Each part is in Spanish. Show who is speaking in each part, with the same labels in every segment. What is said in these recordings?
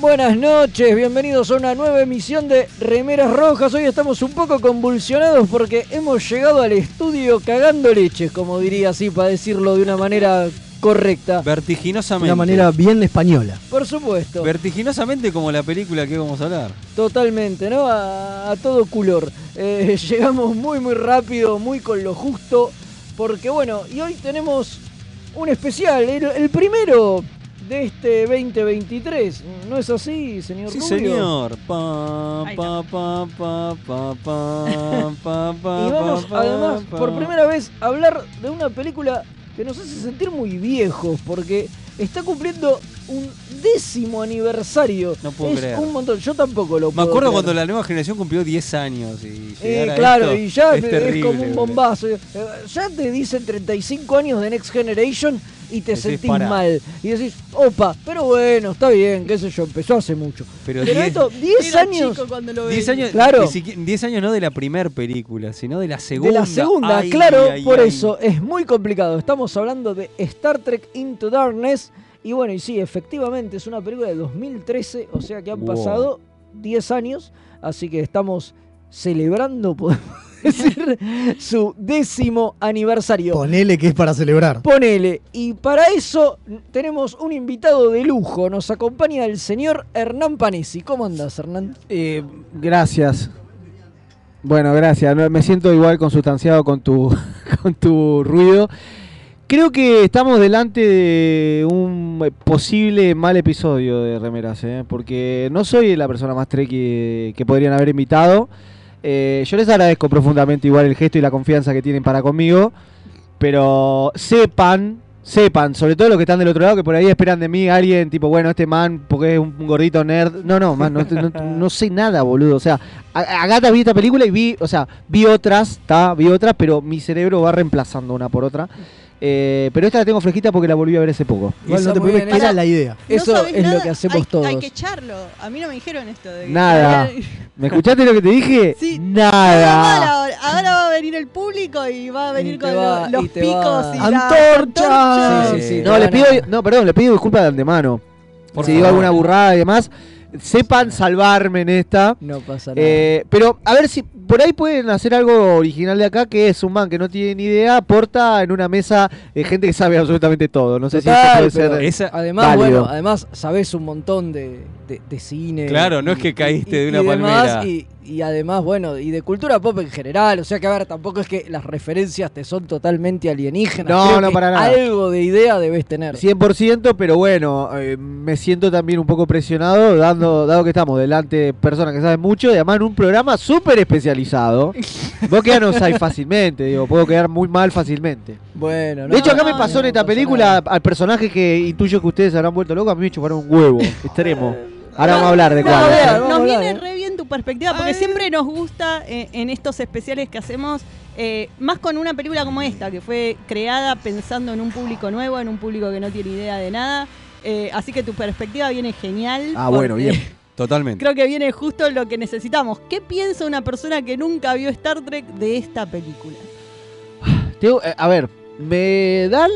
Speaker 1: buenas noches, bienvenidos a una nueva emisión de Remeras Rojas. Hoy estamos un poco convulsionados porque hemos llegado al estudio cagando leches, como diría así, para decirlo de una manera correcta.
Speaker 2: Vertiginosamente.
Speaker 3: De una manera bien española.
Speaker 1: Por supuesto,
Speaker 2: Vertiginosamente como la película que vamos a hablar.
Speaker 1: totalmente, ¿no? A, a todo color. Eh, llegamos muy, muy rápido, muy con lo justo, porque bueno, y hoy tenemos un especial, el, el primero de este 2023. ¿No es así, señor
Speaker 2: Sí,
Speaker 1: Rubio?
Speaker 2: señor. Pa,
Speaker 4: Ahí
Speaker 2: pa, pa, pa, pa, pa, pa, pa,
Speaker 1: Y vamos
Speaker 2: pa,
Speaker 1: además
Speaker 2: pa.
Speaker 1: por primera vez a hablar de una película que nos hace sentir muy viejos porque está cumpliendo un décimo aniversario.
Speaker 2: No puedo
Speaker 1: es
Speaker 2: creer.
Speaker 1: un montón, yo tampoco lo
Speaker 2: Me
Speaker 1: puedo
Speaker 2: acuerdo
Speaker 1: creer.
Speaker 2: cuando la nueva generación cumplió 10 años y
Speaker 1: Eh,
Speaker 2: llegar a
Speaker 1: claro,
Speaker 2: esto
Speaker 1: y ya
Speaker 2: es
Speaker 1: es,
Speaker 2: terrible,
Speaker 1: como un
Speaker 2: boludo.
Speaker 1: bombazo. Eh, Ya te dicen 35 años de Next Generation y te
Speaker 2: Decís,
Speaker 1: sentís
Speaker 2: "Pará".
Speaker 1: mal. Y decís, opa, pero bueno, está bien, qué sé yo, empezó hace mucho.
Speaker 2: Pero
Speaker 1: Pero,
Speaker 2: 10
Speaker 1: esto, 10
Speaker 4: Era
Speaker 1: años...
Speaker 4: chico cuando lo
Speaker 2: 10
Speaker 4: veía.
Speaker 2: años,
Speaker 1: Claro.
Speaker 2: ni siquiera- 10 años no de la primera película, sino de la segunda.
Speaker 1: De la segunda,
Speaker 2: Ay,
Speaker 1: claro,
Speaker 2: ay,
Speaker 1: por
Speaker 2: ay.
Speaker 1: eso es muy complicado. Estamos hablando de Star Trek Into Darkness. Y bueno, y sí, efectivamente es una película de 2013, o sea que han
Speaker 2: Wow.
Speaker 1: pasado 10 años, así que estamos celebrando, podemos decir, su décimo aniversario.
Speaker 3: Ponele que es para celebrar.
Speaker 1: Ponele, y para eso tenemos un invitado de lujo, nos acompaña el señor Hernán Panesi. ¿Cómo andas, Hernán?
Speaker 5: Eh, gracias. Bueno, gracias. No, Me siento igual consustanciado con tu, con tu ruido. Creo que estamos delante de un posible mal episodio de Remeras, ¿eh? porque no soy la persona más treki que podrían haber invitado. Eh, yo les agradezco profundamente igual el gesto y la confianza que tienen para conmigo, pero sepan, sepan, sobre todo los que están del otro lado, que por ahí esperan de mí a alguien tipo, bueno, este man, porque es un un gordito nerd. No, no, man, no, no- no sé nada, boludo. O sea, a, a Gata vi esta película y vi, o sea, vi otras, ta, vi otras, pero mi cerebro va reemplazando una por otra. Eh, pero esta la tengo fresquita porque la volví a ver hace poco.
Speaker 3: Igual
Speaker 1: Está
Speaker 3: no te
Speaker 1: muy
Speaker 3: preocupes,
Speaker 1: bien,
Speaker 3: que era
Speaker 1: esa-
Speaker 3: la idea.
Speaker 1: Eso
Speaker 4: sabés
Speaker 1: es lo
Speaker 4: nada,
Speaker 1: que hacemos
Speaker 4: hay,
Speaker 1: todos.
Speaker 4: Hay que echarlo. A mí no me dijeron esto. De que-
Speaker 5: Nada. ¿Me escuchaste lo que te dije?
Speaker 4: Sí.
Speaker 5: Nada.
Speaker 4: Ahora, ahora va a venir el público y va a venir
Speaker 1: Y te
Speaker 4: con
Speaker 1: va,
Speaker 4: lo- los,
Speaker 1: y te
Speaker 4: picos
Speaker 1: va.
Speaker 4: y
Speaker 5: ¡Antorcha!
Speaker 4: la
Speaker 2: Sí, sí, sí.
Speaker 5: No, le pido, no, perdón, le pido disculpas de antemano.
Speaker 2: Por
Speaker 5: si digo
Speaker 2: favor.
Speaker 5: alguna burrada y demás, sepan salvarme en esta.
Speaker 1: No pasa nada.
Speaker 5: Eh, pero a ver si por ahí pueden hacer algo original de acá, que es un man que no tiene ni idea, aporta en una mesa de gente que sabe absolutamente todo. No sé
Speaker 1: Total,
Speaker 5: si eso
Speaker 1: pero-
Speaker 5: puede ser...
Speaker 2: Esa-
Speaker 1: Además,
Speaker 5: Válido.
Speaker 1: bueno, además sabés un montón de, de- de cine.
Speaker 2: Claro, no es que caíste de una
Speaker 1: demás,
Speaker 2: palmera.
Speaker 1: y, y además, bueno, y de cultura pop en general. O sea que, a ver, tampoco es que las referencias te son totalmente alienígenas.
Speaker 5: No,
Speaker 1: Creo
Speaker 5: no,
Speaker 1: que
Speaker 5: para nada.
Speaker 1: Algo de idea debes tener.
Speaker 5: 100%, pero bueno, eh, me siento también un poco presionado, dando, dado que estamos delante de personas que saben mucho, y además en un programa súper especializado. Vos quedás no sai fácilmente, digo, puedo quedar muy mal fácilmente.
Speaker 1: Bueno, no,
Speaker 5: de hecho, acá
Speaker 1: no,
Speaker 5: me pasó
Speaker 1: no,
Speaker 5: en
Speaker 1: no
Speaker 5: esta
Speaker 1: pasa
Speaker 5: película
Speaker 1: nada.
Speaker 5: al personaje que intuyo que ustedes habrán vuelto loco, a mí me chuparon un huevo, extremo. Ahora vamos a hablar de
Speaker 1: no,
Speaker 5: cuál.
Speaker 1: vea, vamos a
Speaker 4: Nos
Speaker 1: hablar,
Speaker 4: viene
Speaker 1: eh.
Speaker 4: re bien tu perspectiva porque
Speaker 1: Ay.
Speaker 4: siempre nos gusta eh, en estos especiales que hacemos, eh, más con una película como esta, que fue creada pensando en un público nuevo, en un público que no tiene idea de nada. Eh, así que tu perspectiva viene genial.
Speaker 5: Ah, bueno,
Speaker 4: porque-
Speaker 5: bien.
Speaker 2: Totalmente.
Speaker 4: Creo que viene justo lo que necesitamos. ¿Qué piensa una persona que nunca vio Star Trek de esta película?
Speaker 5: Tengo- eh, a ver, me dan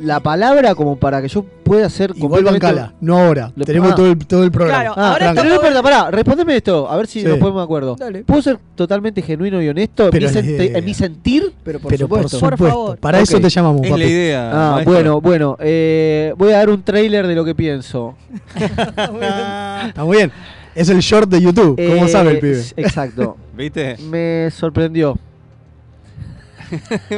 Speaker 5: la palabra como para que yo pueda hacer
Speaker 3: Igual bancala, no ahora.
Speaker 5: Le-
Speaker 3: Tenemos
Speaker 5: ah.
Speaker 3: todo, el, todo el programa.
Speaker 4: Claro, ahora
Speaker 3: tranca.
Speaker 5: pero
Speaker 4: estamos-
Speaker 5: no importa, pará, respondeme esto, a ver si
Speaker 3: Sí.
Speaker 5: nos ponemos de acuerdo.
Speaker 1: Dale.
Speaker 5: ¿Puedo ser totalmente genuino y honesto en
Speaker 3: Pero
Speaker 5: mi
Speaker 3: la
Speaker 5: sente-
Speaker 3: idea.
Speaker 5: en mi sentir?
Speaker 1: Pero por
Speaker 3: Pero
Speaker 1: supuesto.
Speaker 3: por supuesto,
Speaker 4: Por favor.
Speaker 3: para eso
Speaker 5: Ok.
Speaker 3: te llamamos,
Speaker 2: Es
Speaker 3: papi.
Speaker 2: la idea.
Speaker 5: Ah,
Speaker 2: maestro.
Speaker 5: bueno, bueno, eh, voy a dar un trailer de lo que pienso.
Speaker 3: Está muy bien. Es el short de YouTube, como
Speaker 5: Eh,
Speaker 3: sabe el pibe.
Speaker 5: s- Exacto.
Speaker 2: ¿Viste?
Speaker 5: Me sorprendió.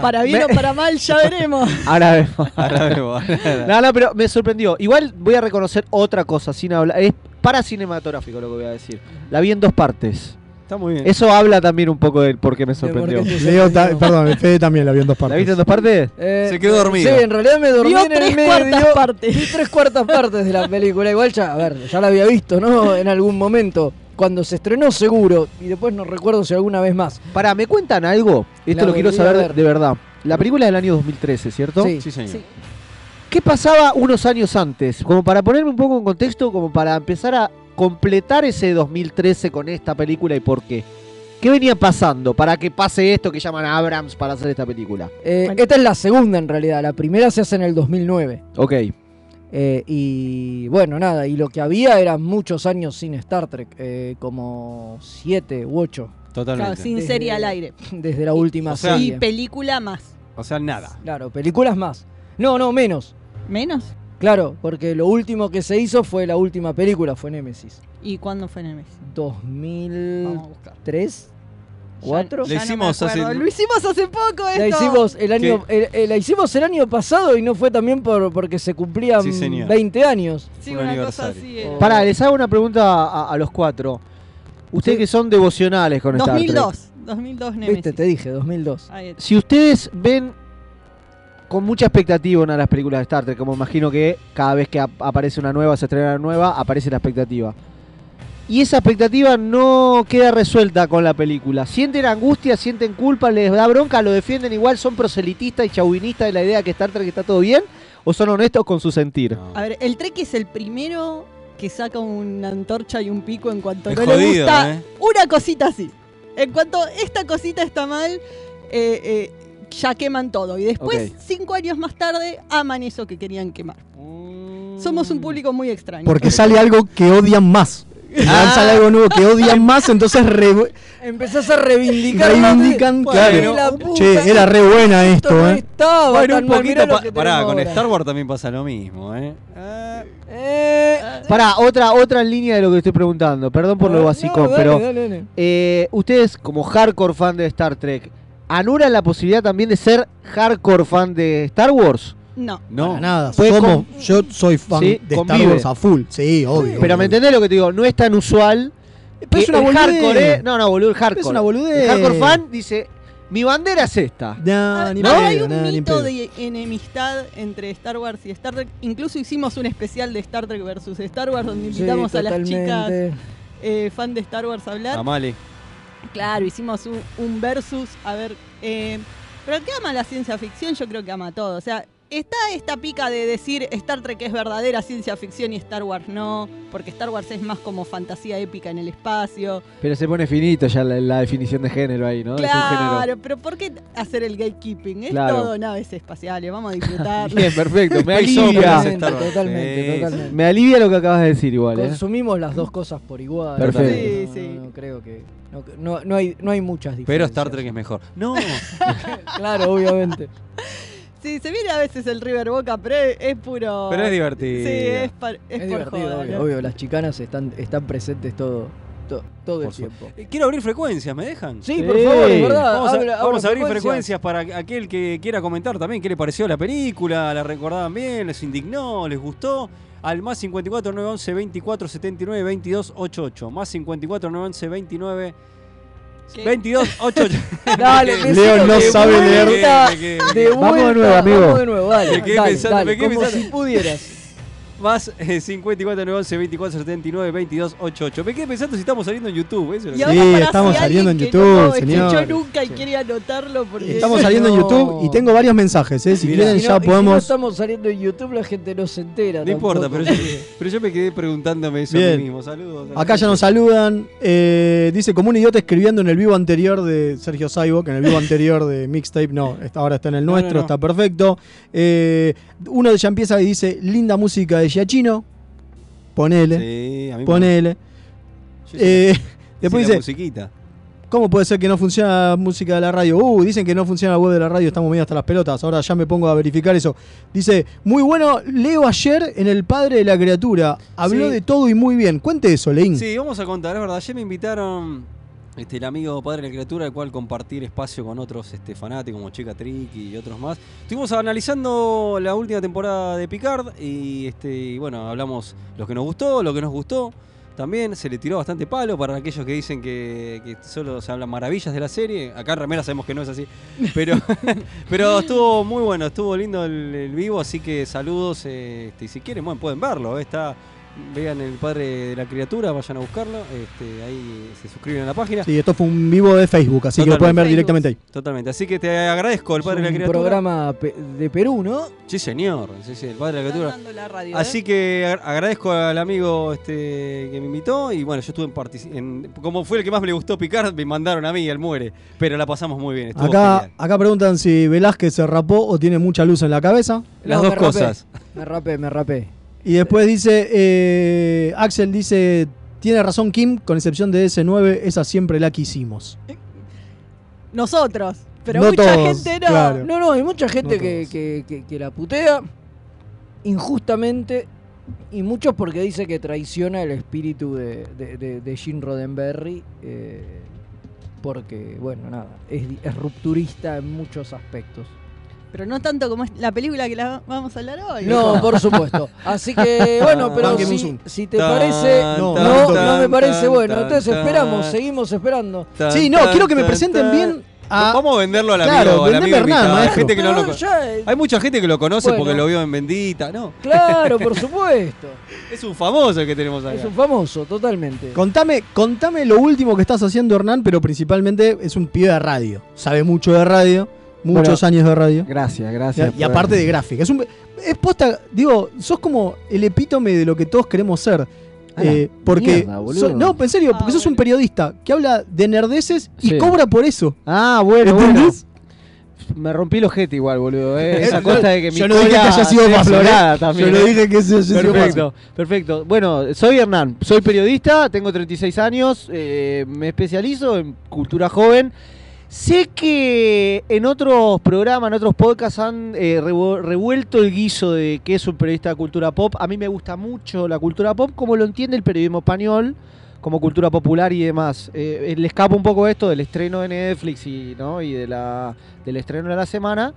Speaker 4: Para bien o para mal, ya veremos.
Speaker 5: Ahora vemos.
Speaker 2: Ahora vemos, ahora vemos.
Speaker 5: No, no, pero me sorprendió. Igual voy a reconocer otra cosa sin hablar. Es para cinematográfico lo que voy a decir. La vi en dos partes.
Speaker 2: Está muy bien.
Speaker 5: Eso habla también un poco del por qué me sorprendió.
Speaker 1: por qué
Speaker 3: Leo, ta- perdón, Fede también la vio en dos partes.
Speaker 5: ¿La viste en dos partes?
Speaker 1: Eh,
Speaker 2: Se quedó dormido.
Speaker 1: Sí, en realidad me dormí
Speaker 4: Vio
Speaker 1: en el
Speaker 4: tres
Speaker 1: medio.
Speaker 4: cuartas partes.
Speaker 1: Vi tres cuartas partes de la película. Igual ya, a ver, ya la había visto, ¿no? En algún momento. Cuando se estrenó seguro. Y después no recuerdo si alguna vez más.
Speaker 5: Pará, ¿me cuentan algo? Esto
Speaker 1: La
Speaker 5: lo quiero
Speaker 1: volví a
Speaker 5: saber
Speaker 1: ver.
Speaker 5: de verdad. La película es del año 2013, ¿cierto?
Speaker 1: Sí.
Speaker 2: Sí, señor.
Speaker 5: ¿Qué pasaba unos años antes? Como para ponerme un poco en contexto, como para empezar a completar ese 2013 con esta película y por qué. ¿Qué venía pasando para que pase esto que llaman a Abrams para hacer esta película?
Speaker 1: Eh,
Speaker 4: Bueno.
Speaker 1: Esta es la segunda en realidad. La primera se hace en el 2009.
Speaker 5: Ok.
Speaker 1: Eh, y bueno, nada, y lo que había eran muchos años sin Star Trek, eh, como siete u ocho,
Speaker 4: Claro,
Speaker 2: Totalmente.
Speaker 4: sin serie al aire.
Speaker 1: desde la última
Speaker 2: o sea,
Speaker 4: y
Speaker 1: serie.
Speaker 4: película más.
Speaker 2: O sea, nada.
Speaker 1: Claro, películas más. No, no, menos.
Speaker 4: ¿Menos?
Speaker 1: Claro, porque lo último que se hizo fue la última película, fue Nemesis.
Speaker 4: ¿Y cuándo fue en el mes? Vamos a
Speaker 1: 2003,
Speaker 4: buscar.
Speaker 1: 4.
Speaker 2: Le hicimos
Speaker 4: me acuerdo.
Speaker 2: hace-
Speaker 4: Lo hicimos hace poco esto.
Speaker 1: La hicimos el año el- el- la hicimos el año pasado y no fue también por porque se cumplían
Speaker 2: Sí, señor.
Speaker 1: 20 años.
Speaker 4: Sí,
Speaker 2: Un
Speaker 4: una cosa
Speaker 2: aniversario.
Speaker 4: así. era.
Speaker 5: Pará, les hago una pregunta a, a los cuatro. Ustedes
Speaker 1: Sí.
Speaker 5: que son devocionales con Star Trek.
Speaker 4: 2002. 2002 Nemesis.
Speaker 1: Viste, te dije 2002.
Speaker 4: Ahí está.
Speaker 5: Si ustedes ven con mucha expectativa una de las películas de Star Trek, como imagino que cada vez que ap- aparece una nueva, se estrena una nueva, aparece la expectativa. Y esa expectativa no queda resuelta con la película. Sienten angustia, sienten culpa, les da bronca, lo defienden igual, son proselitistas y chauvinistas de la idea de que Star Trek está todo bien, o son honestos con su sentir.
Speaker 2: No.
Speaker 4: A ver, el Trek es el primero que saca una antorcha y un pico en cuanto
Speaker 2: Es
Speaker 4: no le
Speaker 2: jodido,
Speaker 4: gusta
Speaker 2: ¿eh?
Speaker 4: una cosita así. En cuanto esta cosita está mal, eh, eh, ya queman todo. Y después,
Speaker 5: Ok.
Speaker 4: cinco años más tarde, aman eso que querían quemar. Somos un público muy extraño.
Speaker 3: Porque sale algo que odian más.
Speaker 2: Ah.
Speaker 3: Sale algo nuevo que odian más, entonces re-
Speaker 1: Empezás a reivindicar.
Speaker 3: reivindican.
Speaker 1: Bueno,
Speaker 3: claro.
Speaker 1: la puta
Speaker 3: Che, era re buena
Speaker 1: Esto no
Speaker 3: esto, ¿eh?
Speaker 1: estaba
Speaker 2: Bueno,
Speaker 1: tan
Speaker 2: un
Speaker 1: mal, mirá
Speaker 2: poquito.
Speaker 1: lo
Speaker 2: pa-
Speaker 1: que
Speaker 2: pará,
Speaker 1: tenemos
Speaker 2: con
Speaker 1: ahora.
Speaker 2: Star Wars también pasa lo mismo, ¿eh? Ah,
Speaker 1: Eh,
Speaker 5: Pará, otra, otra en línea de lo que estoy preguntando. Perdón por
Speaker 1: no,
Speaker 5: lo básico,
Speaker 1: dale,
Speaker 5: pero.
Speaker 1: dale, dale.
Speaker 5: Eh, ustedes, como hardcore fan de Star Trek, ¿anulan la posibilidad también de ser hardcore fan de Star Wars?
Speaker 4: No.
Speaker 2: no.
Speaker 3: Para nada.
Speaker 5: Pues
Speaker 3: Somos, yo soy fan
Speaker 5: Sí,
Speaker 3: de
Speaker 5: convive.
Speaker 3: Star Wars a full. Sí, obvio.
Speaker 5: Pero
Speaker 3: obvio.
Speaker 5: me entendés lo que te digo, no es tan usual.
Speaker 3: Pero es
Speaker 5: que
Speaker 3: una
Speaker 5: el
Speaker 3: boludez.
Speaker 5: hardcore, eh, No, no, boludo, el hardcore.
Speaker 3: Es una boludez.
Speaker 5: El hardcore fan dice, mi bandera es esta.
Speaker 3: No,
Speaker 4: Ah,
Speaker 3: ni
Speaker 4: no,
Speaker 3: pedo,
Speaker 4: hay un
Speaker 3: nada, ni
Speaker 4: mito
Speaker 3: pedo.
Speaker 4: de enemistad entre Star Wars y Star Trek. Incluso hicimos un especial de Star Trek versus Star Wars donde
Speaker 1: Sí,
Speaker 4: invitamos a las chicas
Speaker 1: totalmente.
Speaker 4: eh, fan de Star Wars a hablar.
Speaker 2: Amale.
Speaker 4: Claro, hicimos un, un versus. A ver, eh, pero el que ama la ciencia ficción, yo creo que ama todo. O sea, está esta pica de decir Star Trek es verdadera ciencia ficción y Star Wars no, porque Star Wars es más como fantasía épica en el espacio.
Speaker 5: Pero se pone finito ya la, la definición de género ahí, ¿no?
Speaker 4: claro, pero ¿por qué hacer el gatekeeping? Es
Speaker 5: Claro.
Speaker 4: todo naves espaciales, vamos a disfrutar.
Speaker 5: Bien, perfecto. Me
Speaker 2: Hizo
Speaker 5: alivia.
Speaker 2: para
Speaker 1: Totalmente,
Speaker 2: Star Wars.
Speaker 1: totalmente,
Speaker 2: Sí,
Speaker 1: totalmente.
Speaker 5: Me alivia lo que acabas de decir igual, ¿eh?
Speaker 1: Consumimos las dos cosas por igual.
Speaker 5: Perfecto.
Speaker 1: No,
Speaker 4: Sí,
Speaker 1: no,
Speaker 4: sí.
Speaker 1: no creo que. No, no- no hay, no hay muchas diferencias.
Speaker 2: Pero Star Trek es mejor. No,
Speaker 1: Claro, obviamente.
Speaker 4: Sí, se viene a veces el River Boca, pero es, es puro.
Speaker 2: pero es
Speaker 4: Sí,
Speaker 2: divertido.
Speaker 4: es, par- es
Speaker 1: Es,
Speaker 4: por
Speaker 1: divertido,
Speaker 4: joder.
Speaker 1: obvio, obvio, Las chicanas están, están presentes todo, to- todo el
Speaker 2: Por su-
Speaker 1: tiempo.
Speaker 2: Eh, Quiero abrir frecuencias, ¿me dejan?
Speaker 1: Sí, por favor, es verdad.
Speaker 2: Vamos a,
Speaker 1: abra- abra
Speaker 2: vamos a abrir
Speaker 1: frecuencias.
Speaker 2: frecuencias para aquel que quiera comentar también qué le pareció la película, la recordaban bien, les indignó, les gustó. Al más 54 911 24 79 22 88. Más 54 911 29
Speaker 4: ¿Qué?
Speaker 2: 22 88.
Speaker 1: Dale,
Speaker 2: Me quedé-
Speaker 1: decilo
Speaker 3: Leo no
Speaker 1: de
Speaker 3: sabe
Speaker 1: vuelta,
Speaker 2: me
Speaker 3: leer.
Speaker 2: quedé- me quedé-
Speaker 1: De
Speaker 2: me quedé.
Speaker 1: vuelta,
Speaker 5: Vamos de nuevo, amigo.
Speaker 1: Vamos de nuevo, dale.
Speaker 2: Me quedé
Speaker 1: dale,
Speaker 2: pensando,
Speaker 1: dale,
Speaker 2: me quedé
Speaker 1: como
Speaker 2: pensando.
Speaker 1: si pudieras.
Speaker 2: Más eh, 54 911 24 79 22 88. Me quedé pensando si estamos saliendo en YouTube. Eso es lo
Speaker 4: Y
Speaker 2: que-
Speaker 4: ahora
Speaker 3: Sí,
Speaker 4: para
Speaker 3: estamos
Speaker 4: si
Speaker 3: saliendo en
Speaker 4: alguien que
Speaker 3: YouTube,
Speaker 4: no escuchó
Speaker 3: señor.
Speaker 4: nunca y
Speaker 1: Sí.
Speaker 4: quiere anotarlo porque
Speaker 3: Estamos saliendo en
Speaker 1: No.
Speaker 3: YouTube y tengo varios mensajes, ¿eh? Si
Speaker 2: Mirá.
Speaker 3: quieren
Speaker 1: Y
Speaker 3: ya
Speaker 1: no- y si no
Speaker 3: podemos...
Speaker 1: estamos saliendo en YouTube, la gente no se entera.
Speaker 2: No importa, pero
Speaker 1: tampoco.
Speaker 2: yo, pero yo me quedé preguntándome eso a
Speaker 3: Bien.
Speaker 2: mí mismo. Saludos.
Speaker 3: Acá ya nos saludan. eh, dice, como un idiota escribiendo en el vivo anterior de Sergio Saibok, en el vivo anterior de Mixtape. No, está- ahora está en el
Speaker 2: No, no,
Speaker 3: nuestro,
Speaker 2: no.
Speaker 3: está perfecto. Eh, uno ya empieza y dice, linda música de Giachino. Ponele,
Speaker 2: Sí, a mí me-
Speaker 3: ponele.
Speaker 2: yo soy-
Speaker 3: Eh,
Speaker 2: soy
Speaker 3: después
Speaker 2: la
Speaker 3: dice,
Speaker 2: musiquita.
Speaker 3: ¿Cómo puede ser que no funciona la música de la radio? Uh, dicen que no funciona la web de la radio, estamos medio hasta las pelotas. Ahora ya me pongo a verificar eso. Dice, muy bueno, leo ayer en El Padre de la Criatura. Habló
Speaker 2: Sí.
Speaker 3: de todo y muy bien. Cuente eso, Leín.
Speaker 2: Sí, vamos a contar, es verdad. Ayer me invitaron este, el amigo Padre de la Criatura, al cual compartir espacio con otros este, fanáticos como Chica Trick y otros más. Estuvimos analizando la última temporada de Picard y, este, y bueno, hablamos lo que nos gustó, lo que nos gustó. También se le tiró bastante palo para aquellos que dicen que, que solo se hablan maravillas de la serie. Acá en Remera sabemos que no es así. Pero, pero estuvo muy bueno, estuvo lindo el, el vivo, así que saludos. eh, este, y si quieren, bueno, pueden verlo. eh, Está, vean el padre de la criatura, vayan a buscarlo. este, ahí se suscriben a la página.
Speaker 3: Sí, esto fue un vivo de Facebook, así que lo
Speaker 2: Totalmente.
Speaker 3: pueden ver
Speaker 4: Facebook.
Speaker 3: directamente ahí.
Speaker 2: Totalmente. Así que te agradezco al
Speaker 1: Es
Speaker 2: padre de la
Speaker 1: un
Speaker 2: criatura.
Speaker 1: programa pe- de Perú, ¿no?
Speaker 2: Sí, señor. Sí, sí, el padre de la
Speaker 4: Están
Speaker 2: criatura.
Speaker 4: dando la radio,
Speaker 2: Así
Speaker 4: ¿eh?
Speaker 2: que agra- agradezco al amigo este, que me invitó y bueno, yo estuve en, partici- en- Como fue el que más me le gustó picar, me mandaron a mí al muere, pero la pasamos muy bien. Estuvo
Speaker 3: Acá,
Speaker 2: genial.
Speaker 3: acá preguntan si Velázquez se rapó o tiene mucha luz en la cabeza.
Speaker 2: Las
Speaker 1: No,
Speaker 2: dos
Speaker 1: me rapé.
Speaker 2: cosas.
Speaker 1: Me rapé, me rapé.
Speaker 3: Y después dice, eh, Axel dice, tiene razón Kim, con excepción de S9, esa siempre la quisimos.
Speaker 4: Nosotros. Pero
Speaker 3: No
Speaker 4: mucha
Speaker 3: todos,
Speaker 4: gente no.
Speaker 3: claro.
Speaker 1: No, no, hay mucha gente
Speaker 3: No
Speaker 1: que,
Speaker 3: todos.
Speaker 1: que- que- que la putea injustamente y muchos porque dice que traiciona el espíritu de, de- de- de Gene Roddenberry eh, porque, bueno, nada, es, di- es rupturista en muchos aspectos.
Speaker 4: Pero no tanto como es la película que la vamos a hablar hoy.
Speaker 1: No, por supuso. Así que, bueno, pero
Speaker 3: Banque
Speaker 1: si,
Speaker 3: Musun.
Speaker 1: si te parece...
Speaker 3: No,
Speaker 1: No,
Speaker 3: tan,
Speaker 1: no me parece bueno. Entonces esperamos, seguimos esperando.
Speaker 3: sí, no, quiero que me presenten bien a...
Speaker 2: Vamos a venderlo al
Speaker 3: Claro,
Speaker 2: amigo, al
Speaker 3: vendé
Speaker 2: amigo
Speaker 3: Bernal,
Speaker 2: invitado. Hay
Speaker 3: maestro.
Speaker 2: gente que no
Speaker 1: Pero
Speaker 2: lo conoce.
Speaker 1: ya, eh,
Speaker 2: Hay mucha gente que lo conoce
Speaker 1: Bueno.
Speaker 2: porque lo vio en Bendita, ¿no?
Speaker 1: Claro, por supuesto.
Speaker 2: Es un famoso el que tenemos acá.
Speaker 1: Es un famoso, totalmente.
Speaker 3: Contame, contame lo último que estás haciendo, Hernán, pero principalmente es un pibe de radio. Sabe mucho de radio, muchos
Speaker 5: Bueno.
Speaker 3: años de radio.
Speaker 5: Gracias,
Speaker 3: Y,
Speaker 5: gracias.
Speaker 3: y aparte de gráfica. Es, un, es posta, digo, sos como el epítome de lo que todos queremos ser.
Speaker 5: A la
Speaker 3: Eh, porque.
Speaker 5: mierda, boludo.
Speaker 3: so- no, en serio, porque
Speaker 4: Ah,
Speaker 3: sos un
Speaker 4: bueno.
Speaker 3: periodista que habla de nerdeces y
Speaker 5: Sí.
Speaker 3: cobra por eso.
Speaker 5: Ah, bueno, bueno.
Speaker 3: ¿Entendés?
Speaker 5: Me rompí el ojete igual, boludo. eh. Esa
Speaker 3: Eh,
Speaker 5: cosa de que mi
Speaker 3: yo no dije que
Speaker 5: cola
Speaker 3: haya sido
Speaker 5: sea
Speaker 3: fácil, ¿eh?
Speaker 5: aflorada también.
Speaker 3: Yo
Speaker 5: eh.
Speaker 3: lo dije que eso ha sido fácil.
Speaker 5: Perfecto, perfecto. Bueno, soy Hernán, soy periodista, tengo 36 años, eh, me especializo en cultura joven. Sé que en otros programas, en otros podcasts han eh, revu- revuelto el guiso de qué es un periodista de cultura pop. A mí me gusta mucho la cultura pop, como lo entiende el periodismo español, como cultura popular y demás. Eh, eh, le escapa un poco esto del estreno de Netflix y, ¿no? y de la, del estreno de la semana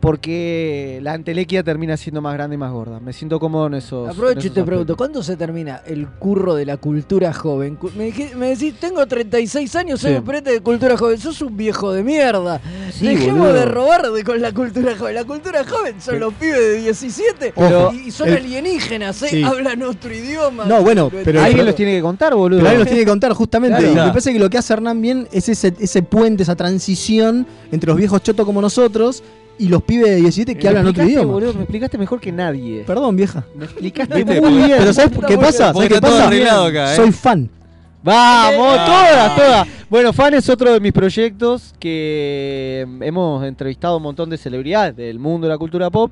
Speaker 5: porque la entelequia termina siendo más grande y más gorda. Me siento cómodo en eso.
Speaker 1: Aprovecho y te pregunto, ¿cuándo se termina el curro de la cultura joven? Cu- Me, dije- me decís, tengo 36 años, soy
Speaker 5: Sí.
Speaker 1: un prete de cultura joven. Sos un viejo de mierda.
Speaker 5: Sí,
Speaker 1: Dejemos
Speaker 5: boludo.
Speaker 1: de robar de- con la cultura joven. La cultura joven son los pibes de 17
Speaker 3: Pero-
Speaker 1: y, y son
Speaker 3: el-
Speaker 1: alienígenas, ¿eh?
Speaker 3: sí.
Speaker 1: hablan otro idioma.
Speaker 3: No, bueno, pero-
Speaker 5: Alguien los tiene que contar, boludo.
Speaker 3: Pero ahí nos tiene que contar justamente.
Speaker 1: Claro.
Speaker 3: Y me parece que lo que hace Hernán bien es ese, ese puente, esa transición entre los viejos chotos como nosotros y los pibes de 17 que
Speaker 5: Me
Speaker 3: hablan otro
Speaker 5: explicaste,
Speaker 3: idioma.
Speaker 5: boludo, me explicaste mejor que nadie.
Speaker 3: Perdón, vieja.
Speaker 5: Me explicaste
Speaker 2: Viste,
Speaker 5: muy
Speaker 2: porque-
Speaker 5: bien.
Speaker 3: Pero ¿sabes por qué
Speaker 1: Porque
Speaker 3: pasa? ¿Sabes
Speaker 2: Porque
Speaker 3: qué
Speaker 2: está todo
Speaker 3: pasa?
Speaker 2: arreglado acá, ¿eh?
Speaker 3: Soy fan.
Speaker 5: Vamos,
Speaker 2: Ah.
Speaker 5: todas, todas. Bueno, Fan es otro de mis proyectos que mm, hemos entrevistado a un montón de celebridades del mundo de la cultura pop.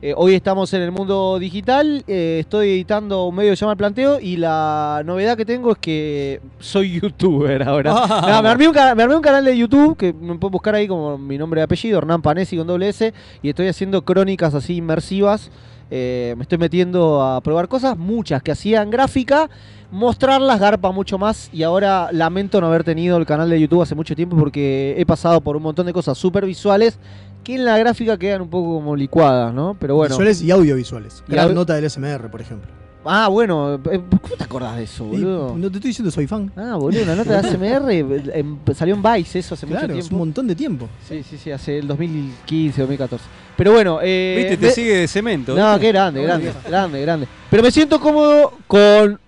Speaker 5: Eh, hoy estamos en el mundo digital, eh, estoy editando un medio que se llama El Planteo y la novedad que tengo es que soy youtuber ahora.
Speaker 2: Ah.
Speaker 5: Nada, me, armé un ca- me armé un canal de YouTube que me pueden buscar ahí como mi nombre y apellido, Hernán Panesi con doble S, y estoy haciendo crónicas así inmersivas. Eh, me estoy metiendo a probar cosas, muchas que hacía en gráfica, mostrarlas garpa mucho más y ahora lamento no haber tenido el canal de YouTube hace mucho tiempo porque he pasado por un montón de cosas súper visuales que en la gráfica quedan un poco como licuadas, ¿no? Pero bueno.
Speaker 3: Visuales y audiovisuales.
Speaker 5: Y
Speaker 3: La
Speaker 5: au-
Speaker 3: nota del SMR, por ejemplo.
Speaker 5: Ah, bueno, eh, ¿cómo te acordás de eso,
Speaker 3: Y
Speaker 5: boludo?
Speaker 3: no te estoy diciendo soy fan.
Speaker 5: Ah, boludo, una nota de ASMR eh, em, salió en Vice eso hace
Speaker 3: Claro,
Speaker 5: mucho
Speaker 3: es un
Speaker 5: tiempo.
Speaker 3: montón de tiempo.
Speaker 5: Sí, sí, sí, hace el 2015, 2014. Pero bueno, eh,
Speaker 2: Viste, te
Speaker 5: me-
Speaker 2: sigue de cemento.
Speaker 5: No,
Speaker 2: ¿viste?
Speaker 5: qué grande, grande, grande, grande. Pero me siento cómodo con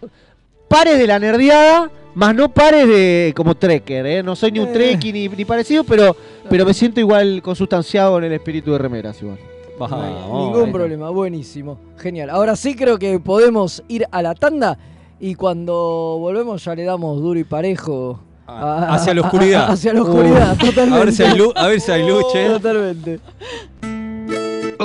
Speaker 5: pares de la nerdeada, más no pares de como trekker, ¿eh? No soy ni un
Speaker 1: Eh.
Speaker 5: trekkie ni, ni parecido, pero, pero me siento igual consustanciado en el espíritu de remeras igual.
Speaker 2: Vamos.
Speaker 1: No hay ningún problema, buenísimo, genial. Ahora sí creo que podemos ir a la tanda y cuando volvemos ya le damos duro y parejo.
Speaker 2: Ah, hacia la oscuridad.
Speaker 1: a- a- hacia la oscuridad,
Speaker 2: A
Speaker 1: totalmente.
Speaker 2: ver si hay luz, a ver si hay luz,
Speaker 6: ¿eh?
Speaker 2: che.
Speaker 1: Oh, Totalmente.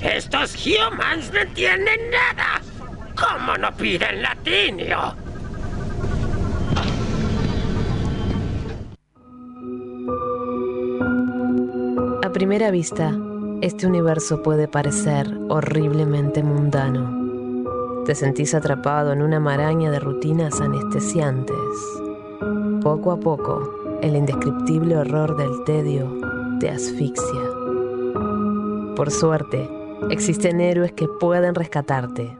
Speaker 7: Estos humans no entienden nada. ¿Cómo no piden latinio?
Speaker 8: A primera vista, este universo puede parecer horriblemente mundano. Te sentís atrapado en una maraña de rutinas anestesiantes. Poco a poco, el indescriptible horror del tedio te asfixia. Por suerte, existen héroes que pueden rescatarte.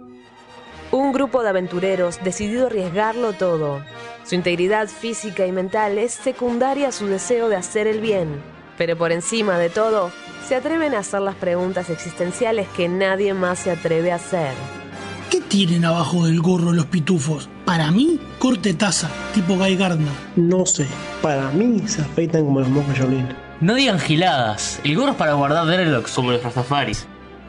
Speaker 8: Un grupo de aventureros decidido a arriesgarlo todo. Su integridad física y mental es secundaria a su deseo de hacer el bien. Pero por encima de todo, se atreven a hacer las preguntas existenciales que nadie más se atreve a hacer.
Speaker 9: ¿Qué tienen abajo del gorro los pitufos? Para mí, corte taza, tipo Guy Gardner.
Speaker 10: No sé, para mí se afeitan como los mocos Jolín.
Speaker 11: No digan giladas, el gorro es para guardar Dreadlocks como los Rastafaris.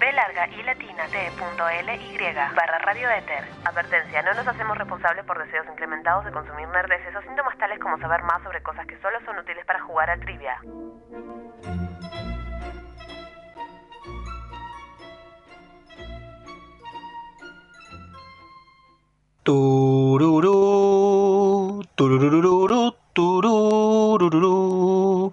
Speaker 12: B larga y latina t.ly barra radio éter. Advertencia, no nos hacemos responsables por deseos incrementados de consumir nerdeces o síntomas tales como saber más sobre cosas que solo son útiles para jugar a trivia.
Speaker 3: Tururú, tururururú, tururururú.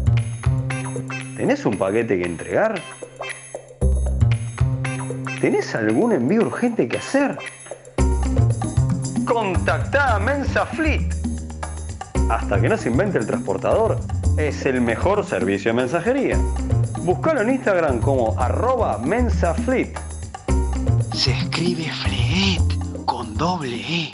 Speaker 13: ¿Tenés un paquete que entregar? ¿Tenés algún envío urgente que hacer? Contactá a Mensa Fleet. Hasta que no se invente el transportador, es el mejor servicio de mensajería. Buscalo en Instagram como arroba mensafleet.
Speaker 14: Se escribe Fleet con doble E.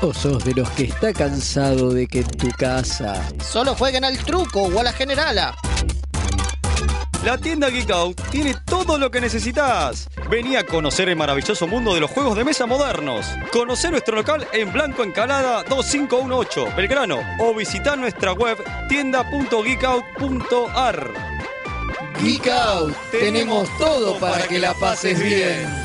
Speaker 15: O sos de los que está cansado de que en tu casa.
Speaker 7: Solo jueguen al truco o a la generala.
Speaker 2: La tienda Geek Out tiene todo lo que necesitas. Vení a conocer el maravilloso mundo de los juegos de mesa modernos. Conocer nuestro local en Blanco Encalada 2518, Belgrano, o visitar nuestra web tienda.geekout.ar.
Speaker 16: Geek Out, tenemos todo para que la pases bien.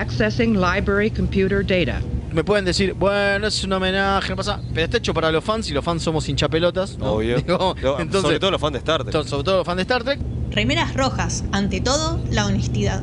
Speaker 17: accessing library computer data.
Speaker 18: Me pueden decir, bueno, es un homenaje, no pasa. Pero está hecho para los fans y los fans somos hinchapelotas. ¿no?
Speaker 6: Obvio.
Speaker 18: Digo,
Speaker 6: No, sobre todo los fans de Star Trek.
Speaker 18: entonces, sobre todo los fans de Star Trek.
Speaker 19: Remeras rojas, ante todo, la honestidad.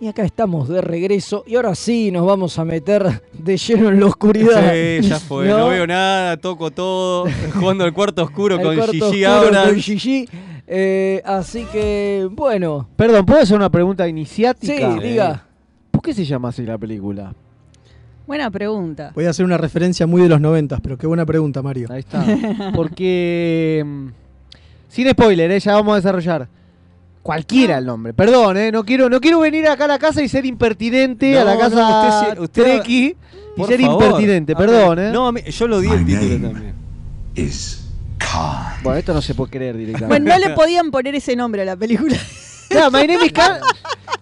Speaker 1: Y acá estamos de regreso y ahora sí nos vamos a meter de lleno en la oscuridad.
Speaker 6: Sí, ya fue, no,
Speaker 1: ¿No?
Speaker 6: veo nada, toco todo, jugando el cuarto oscuro
Speaker 1: Al
Speaker 6: con
Speaker 1: cuarto
Speaker 6: Gigi
Speaker 1: oscuro
Speaker 6: ahora.
Speaker 1: con Gigi. Eh, así que, bueno,
Speaker 5: Perdón, ¿puedo hacer una pregunta
Speaker 1: sí,
Speaker 5: iniciática?
Speaker 1: diga.
Speaker 5: ¿Por qué se llama así la película?
Speaker 4: Buena pregunta.
Speaker 3: Voy a hacer una referencia muy de los noventas, pero qué buena pregunta, Mario.
Speaker 5: Ahí está. Porque. mm, Sin spoiler, ¿eh? ya vamos a desarrollar. Cualquiera el nombre. Perdón, ¿eh? no, quiero, no quiero venir acá a la casa y ser impertinente a la
Speaker 2: No,
Speaker 5: casa
Speaker 2: no, usted se- usted-
Speaker 5: Treki y
Speaker 2: Por
Speaker 5: ser
Speaker 2: favor.
Speaker 5: impertinente,
Speaker 2: A
Speaker 5: perdón.
Speaker 2: ver,
Speaker 5: ¿eh?
Speaker 2: No, a mí- yo lo di el título también.
Speaker 5: Bueno, esto no se puede creer directamente.
Speaker 4: Bueno, no le podían poner ese nombre a la película.
Speaker 5: Claro, My Name is Khan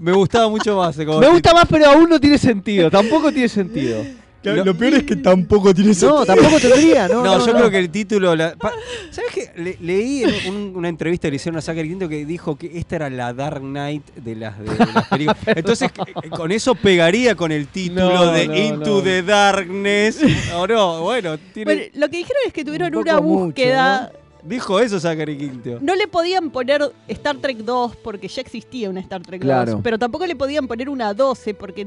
Speaker 2: Me gustaba mucho más. eh, como
Speaker 5: me gusta más, pero aún no tiene sentido. Tampoco tiene sentido.
Speaker 3: Lo, peor es que tampoco tiene
Speaker 5: No, tampoco tendría, ¿no?
Speaker 2: No, yo creo que el título. la- pa- ¿Sabes qué? Le- leí en un- una entrevista que le hicieron a Zachary Quinto que dijo que esta era la Dark Knight de las, de, de las películas. Entonces, eh, con eso pegaría con el título
Speaker 5: No,
Speaker 2: de
Speaker 5: no,
Speaker 2: Into
Speaker 5: no.
Speaker 2: the Darkness. ¿O no? Bueno, tiene-
Speaker 4: Bueno, lo que dijeron es que tuvieron
Speaker 2: Un
Speaker 4: una
Speaker 2: poco mucho,
Speaker 4: búsqueda.
Speaker 2: ¿no? Dijo eso Zachary Quinto.
Speaker 4: No le podían poner Star Trek 2 porque ya existía una Star Trek
Speaker 2: Claro.
Speaker 4: 2, pero tampoco le podían poner una 12 porque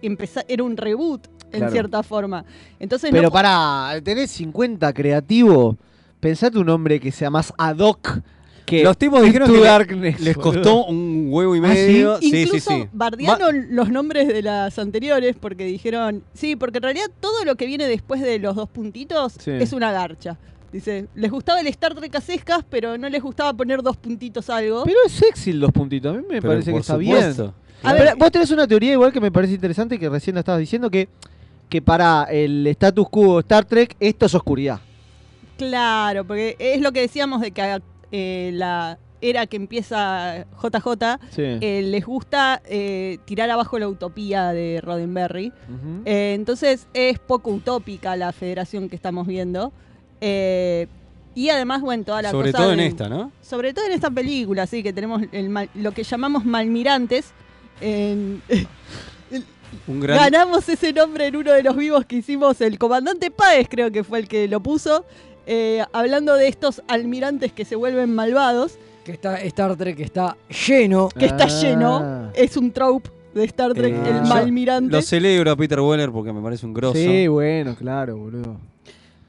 Speaker 4: empeza- era un reboot en
Speaker 5: Claro.
Speaker 4: cierta forma. Entonces
Speaker 5: Pero
Speaker 4: no po-
Speaker 5: para tenés 50 creativo, pensate un nombre que sea más ad hoc que
Speaker 2: Los tipos
Speaker 5: Into
Speaker 2: dijeron que le-
Speaker 5: Darkness,
Speaker 2: les
Speaker 5: boludo.
Speaker 2: costó un huevo y
Speaker 5: ¿Ah, sí?
Speaker 2: medio. sí, sí,
Speaker 4: incluso
Speaker 2: sí.
Speaker 4: bardearon los nombres de las anteriores porque dijeron, sí, porque en realidad todo lo que viene después de los dos puntitos
Speaker 5: Sí.
Speaker 4: es una garcha. Dice, les gustaba el Star Trek a sescas, pero no les gustaba poner dos puntitos algo.
Speaker 5: Pero es sexy el dos puntitos, a mí me
Speaker 2: Pero
Speaker 5: parece que
Speaker 2: por
Speaker 5: está bien.
Speaker 2: supuesto.
Speaker 4: A
Speaker 5: Pero
Speaker 4: ver-
Speaker 5: vos tenés una teoría igual que me parece interesante que recién la estabas diciendo que, que para el status quo Star Trek esto es oscuridad.
Speaker 4: Claro, porque es lo que decíamos de que eh, la era que empieza JJ
Speaker 5: Sí.
Speaker 4: eh, les gusta eh, tirar abajo la utopía de Roddenberry. Eh, entonces es poco utópica la federación que estamos viendo. Eh, y además, bueno, toda la
Speaker 2: Sobre
Speaker 4: cosa
Speaker 2: todo en
Speaker 4: de-
Speaker 2: esta, ¿no?
Speaker 4: Sobre todo en esta película, sí, que tenemos el mal- lo que llamamos malmirantes. en-
Speaker 2: Un gran-
Speaker 4: Ganamos ese nombre en uno de los vivos que hicimos, el comandante Páez creo que fue el que lo puso, eh, hablando de estos almirantes que se vuelven malvados,
Speaker 20: Que está Star Trek está lleno.
Speaker 4: que está lleno, es un trope de Star Trek,
Speaker 2: Ah. Eh,
Speaker 4: el
Speaker 2: yo
Speaker 4: malmirante.
Speaker 2: Lo celebro a Peter Weller porque me parece un grosso.
Speaker 5: Sí, bueno, claro, boludo.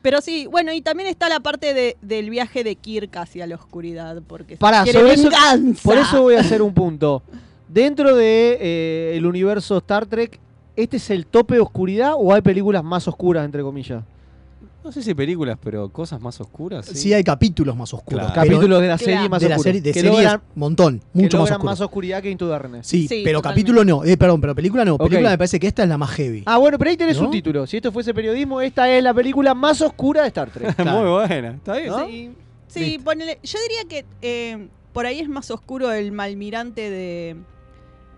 Speaker 4: Pero sí, bueno, y también está la parte de- del viaje de Kirk hacia la oscuridad, porque
Speaker 5: Pará,
Speaker 4: quiere
Speaker 5: sobre eso-
Speaker 4: venganza.
Speaker 5: por eso voy a hacer un punto. Dentro de eh, el universo Star Trek, ¿este es el tope de oscuridad o hay películas más oscuras, entre comillas?
Speaker 2: No sé si películas, pero cosas más oscuras. Sí,
Speaker 3: Sí, hay capítulos más oscuros.
Speaker 2: Claro.
Speaker 3: Ah, pero-
Speaker 5: Capítulos de la serie más
Speaker 3: de la
Speaker 5: oscuros.
Speaker 3: serie, de
Speaker 5: Que
Speaker 3: series,
Speaker 5: logran-
Speaker 3: montón,
Speaker 5: Que
Speaker 3: mucho más
Speaker 5: logran
Speaker 3: oscuro.
Speaker 5: más oscuridad que Into Darkness.
Speaker 3: Sí, pero capítulo no, eh, perdón, pero película no.
Speaker 5: Ok.
Speaker 3: Película me parece que esta es la más heavy.
Speaker 5: Ah, bueno, pero ahí tenés
Speaker 3: ¿No?
Speaker 5: un título. Si esto fuese periodismo, esta es la película más oscura de Star Trek.
Speaker 2: Muy buena, está bien.
Speaker 4: Sí, sí, ponele- yo diría que eh, por ahí es más oscuro el malmirante de...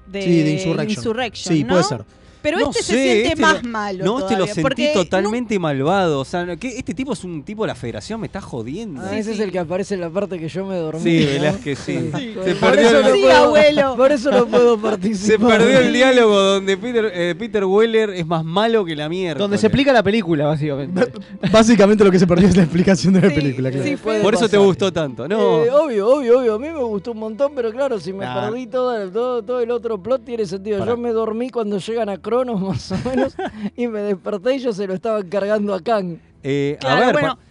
Speaker 4: de
Speaker 3: sí, de Insurrection.
Speaker 4: Insurrection,
Speaker 3: sí,
Speaker 4: ¿no?
Speaker 3: puede ser.
Speaker 4: Pero
Speaker 2: No
Speaker 4: este se
Speaker 2: sé,
Speaker 4: siente
Speaker 2: este
Speaker 4: más
Speaker 2: lo-
Speaker 4: malo.
Speaker 2: No, este lo
Speaker 4: todavía,
Speaker 2: sentí
Speaker 4: porque
Speaker 2: totalmente malvado. O sea, que este tipo es un tipo de la federación, me está jodiendo.
Speaker 20: Ah, ese es el que aparece en la parte que yo me dormí.
Speaker 2: Sí,
Speaker 20: ¿no?
Speaker 2: Velázquez, sí. Se
Speaker 20: Por
Speaker 2: perdió
Speaker 20: eso
Speaker 2: el-
Speaker 20: no
Speaker 2: Sí,
Speaker 20: puedo-
Speaker 4: abuelo.
Speaker 20: Por eso no puedo
Speaker 2: Se
Speaker 20: participar.
Speaker 2: perdió el diálogo donde Peter, eh, Peter Weller es más malo que la mierda.
Speaker 5: Donde se explica la película, básicamente.
Speaker 3: Básicamente lo que se perdió es la explicación de la película, claro.
Speaker 20: sí, fue-
Speaker 2: Por eso te gustó tanto, ¿no?
Speaker 1: oh,
Speaker 20: Eh, obvio, obvio, obvio. A mí me gustó un montón, pero claro, si me
Speaker 2: Nah.
Speaker 20: perdí todo el, todo, todo el otro plot, tiene sentido.
Speaker 2: Pará.
Speaker 20: Yo me dormí cuando llegan a Cronos, más o menos, y me desperté y yo se lo estaban cargando a Kang.
Speaker 2: Eh,
Speaker 4: Claro,
Speaker 2: a ver,
Speaker 4: bueno,
Speaker 2: pa-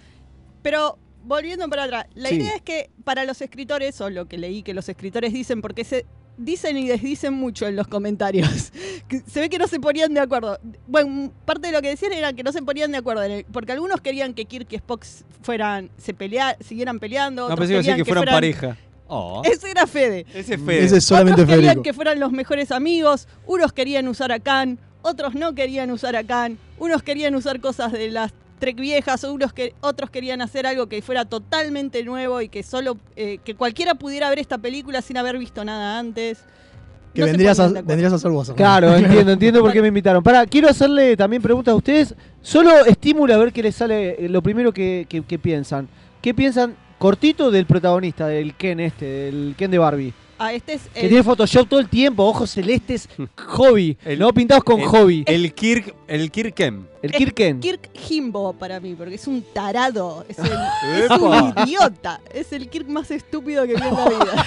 Speaker 4: pero volviendo para atrás, la
Speaker 2: Sí.
Speaker 4: idea es que para los escritores, o lo que leí que los escritores dicen, porque se dicen y desdicen mucho en los comentarios, que se ve que no se ponían de acuerdo. Bueno, parte de lo que decían era que no se ponían de acuerdo, en el- porque algunos querían que Kirk y Spock fueran, se pelea, siguieran peleando,
Speaker 2: no
Speaker 4: otros
Speaker 2: pensé que iba a decir
Speaker 4: querían
Speaker 2: que fueran pareja. Oh.
Speaker 4: Ese era Fede.
Speaker 2: Ese es Fede.
Speaker 3: Ese es solamente
Speaker 4: Otros querían
Speaker 3: Federico.
Speaker 4: que fueran los mejores amigos, unos querían usar a Khan, otros no querían usar a Khan, unos querían usar cosas de las Trek viejas, unos que, otros querían hacer algo que fuera totalmente nuevo y que solo eh, que cualquiera pudiera ver esta película sin haber visto nada antes.
Speaker 3: Que
Speaker 4: No se
Speaker 3: vendrías, a,
Speaker 4: ponían de acuerdo.
Speaker 3: vendrías a ser vos.
Speaker 5: Claro, eh. entiendo, entiendo por qué me invitaron. Pará, quiero hacerle también preguntas a ustedes. Solo estímulo a ver qué les sale eh, lo primero que, que- que piensan. ¿Qué piensan cortito del protagonista, del Ken este, del Ken de Barbie?
Speaker 4: Ah, este es
Speaker 5: Que
Speaker 4: el-
Speaker 5: tiene Photoshop todo el tiempo, ojos celestes, hobby. no pintados con
Speaker 2: el-
Speaker 5: hobby.
Speaker 2: El Kirk, el Kirkem.
Speaker 5: El
Speaker 4: es
Speaker 5: Kirk Ken.
Speaker 4: Kirk Himbo para mí, porque es un tarado, es, el- es un
Speaker 20: ¡Epa!
Speaker 4: idiota, es el Kirk más estúpido que vi en la vida.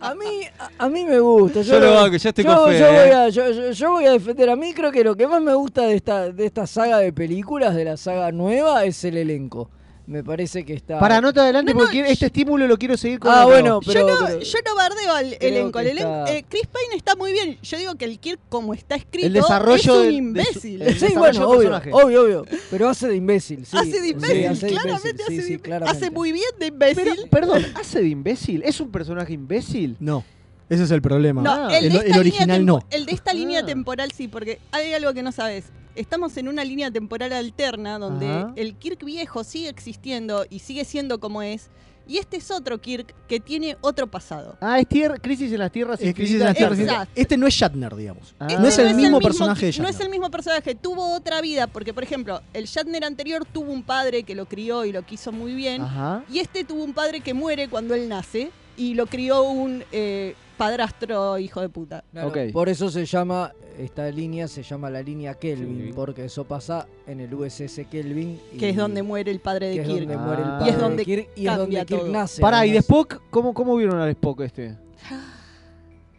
Speaker 20: A mí, a- a mí me gusta.
Speaker 2: Yo lo banco, ya estoy
Speaker 20: yo,
Speaker 2: con Fede,
Speaker 20: yo
Speaker 2: eh.
Speaker 20: voy a, yo, yo- yo voy a defender. A mí creo que lo que más me gusta de esta, de esta saga de películas, de la saga nueva, es el elenco.
Speaker 1: me parece que está.
Speaker 5: Para, no te adelante porque quiero- este estímulo lo quiero seguir con
Speaker 1: Ah,
Speaker 5: otro.
Speaker 1: bueno, pero-
Speaker 4: yo, no,
Speaker 1: pero-
Speaker 4: yo no bardeo al
Speaker 1: creo
Speaker 4: elenco. al
Speaker 1: que
Speaker 4: elenco-
Speaker 1: está-
Speaker 4: eh, Chris Payne está muy bien. Yo digo que el Kirk, como está escrito,
Speaker 5: El desarrollo
Speaker 4: es
Speaker 5: de-
Speaker 4: un
Speaker 5: de su-
Speaker 4: imbécil.
Speaker 1: Sí,
Speaker 5: el desarrollo
Speaker 1: bueno,
Speaker 5: del
Speaker 1: obvio,
Speaker 5: personaje.
Speaker 1: obvio, obvio. Pero hace de imbécil, eh, sí.
Speaker 4: Hace de
Speaker 1: Sí,
Speaker 4: imbécil,
Speaker 1: de
Speaker 4: claramente
Speaker 1: imbécil, sí, sí, claramente.
Speaker 4: Hace muy bien de imbécil.
Speaker 5: Pero, perdón, ¿hace de imbécil? ¿Es un personaje imbécil?
Speaker 3: No, ese es el problema.
Speaker 4: No,
Speaker 3: ah, el,
Speaker 4: el, de
Speaker 3: el
Speaker 4: esta línea
Speaker 3: original
Speaker 4: tempo-
Speaker 3: no.
Speaker 4: El de esta línea temporal sí, porque hay algo que no sabes. Estamos en una línea temporal alterna donde
Speaker 3: Ajá.
Speaker 4: el Kirk viejo sigue existiendo y sigue siendo como es. Y este es otro Kirk que tiene otro pasado.
Speaker 5: Ah, es tier- Crisis en las Tierras
Speaker 3: Es Crisis en las Tierras
Speaker 4: Exacto.
Speaker 3: Infinitas. Este no es Shatner, digamos.
Speaker 5: Este
Speaker 3: no es el
Speaker 4: Este
Speaker 3: mismo personaje de
Speaker 4: No
Speaker 3: Shatner.
Speaker 4: es el mismo personaje, tuvo otra vida, porque por ejemplo, el Shatner anterior tuvo un padre que lo crió y lo quiso muy bien,
Speaker 5: Ajá.
Speaker 4: y este tuvo un padre que muere cuando él nace y lo crió un eh, padrastro hijo de puta.
Speaker 1: Claro,
Speaker 5: Ok.
Speaker 1: Por eso se llama, esta línea se llama la línea Kelvin, porque eso pasa en el USS Kelvin. y-
Speaker 4: Que es donde muere el padre de
Speaker 1: que es
Speaker 4: Kirk.
Speaker 1: donde muere el
Speaker 5: Ah.
Speaker 1: padre
Speaker 4: Y es donde
Speaker 1: de Kirk y es
Speaker 4: cambia
Speaker 1: donde Kirk
Speaker 4: todo.
Speaker 1: nace.
Speaker 5: Pará, ¿y de
Speaker 1: además.
Speaker 5: Spock? ¿Cómo, cómo vieron al Spock este?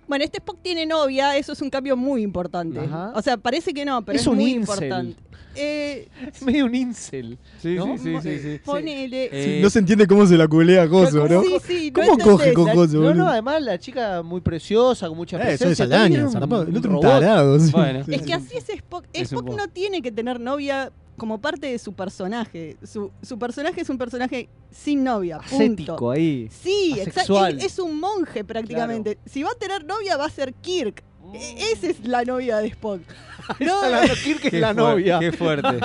Speaker 4: Bueno, este Spock tiene novia, eso es un cambio muy importante.
Speaker 5: Ajá.
Speaker 4: O sea, parece que no, pero
Speaker 5: Es
Speaker 4: es,
Speaker 5: un
Speaker 4: muy
Speaker 5: incel.
Speaker 4: importante. Eh,
Speaker 5: Es medio un incel.
Speaker 2: Sí,
Speaker 5: ¿no?
Speaker 2: sí, sí, sí, sí. Eh,
Speaker 4: ponele.
Speaker 3: Sí, no se entiende cómo se la culea Gozo, ¿no?
Speaker 4: Sí, sí, no
Speaker 3: ¿Cómo
Speaker 4: entendés,
Speaker 3: coge con
Speaker 4: la-
Speaker 3: Gozo,
Speaker 5: No,
Speaker 3: boludo?
Speaker 5: no, además la chica muy preciosa, con mucha
Speaker 3: Eh,
Speaker 5: presencia.
Speaker 3: eso es
Speaker 5: también
Speaker 3: Alaña,
Speaker 5: era un
Speaker 3: zarpado. El otro un
Speaker 5: robot.
Speaker 3: tarado. sí.
Speaker 2: Bueno.
Speaker 3: Sí,
Speaker 4: Es
Speaker 3: sí, sí.
Speaker 4: que así es Spock.
Speaker 2: Es un
Speaker 4: Spock
Speaker 2: poco.
Speaker 4: no tiene que tener novia como parte de su personaje. Su, su personaje es un personaje sin novia. Punto.
Speaker 5: Ascético ahí.
Speaker 4: Sí, exacto.
Speaker 5: Asexual.
Speaker 4: Es, es un monje prácticamente. Si va a tener novia, va a ser Kirk.
Speaker 2: Mm.
Speaker 4: E- Esa es la novia de Spock. No,
Speaker 5: Esa la- Kirk es
Speaker 2: Qué
Speaker 5: la
Speaker 2: fuer-
Speaker 5: novia.
Speaker 2: Qué fuerte.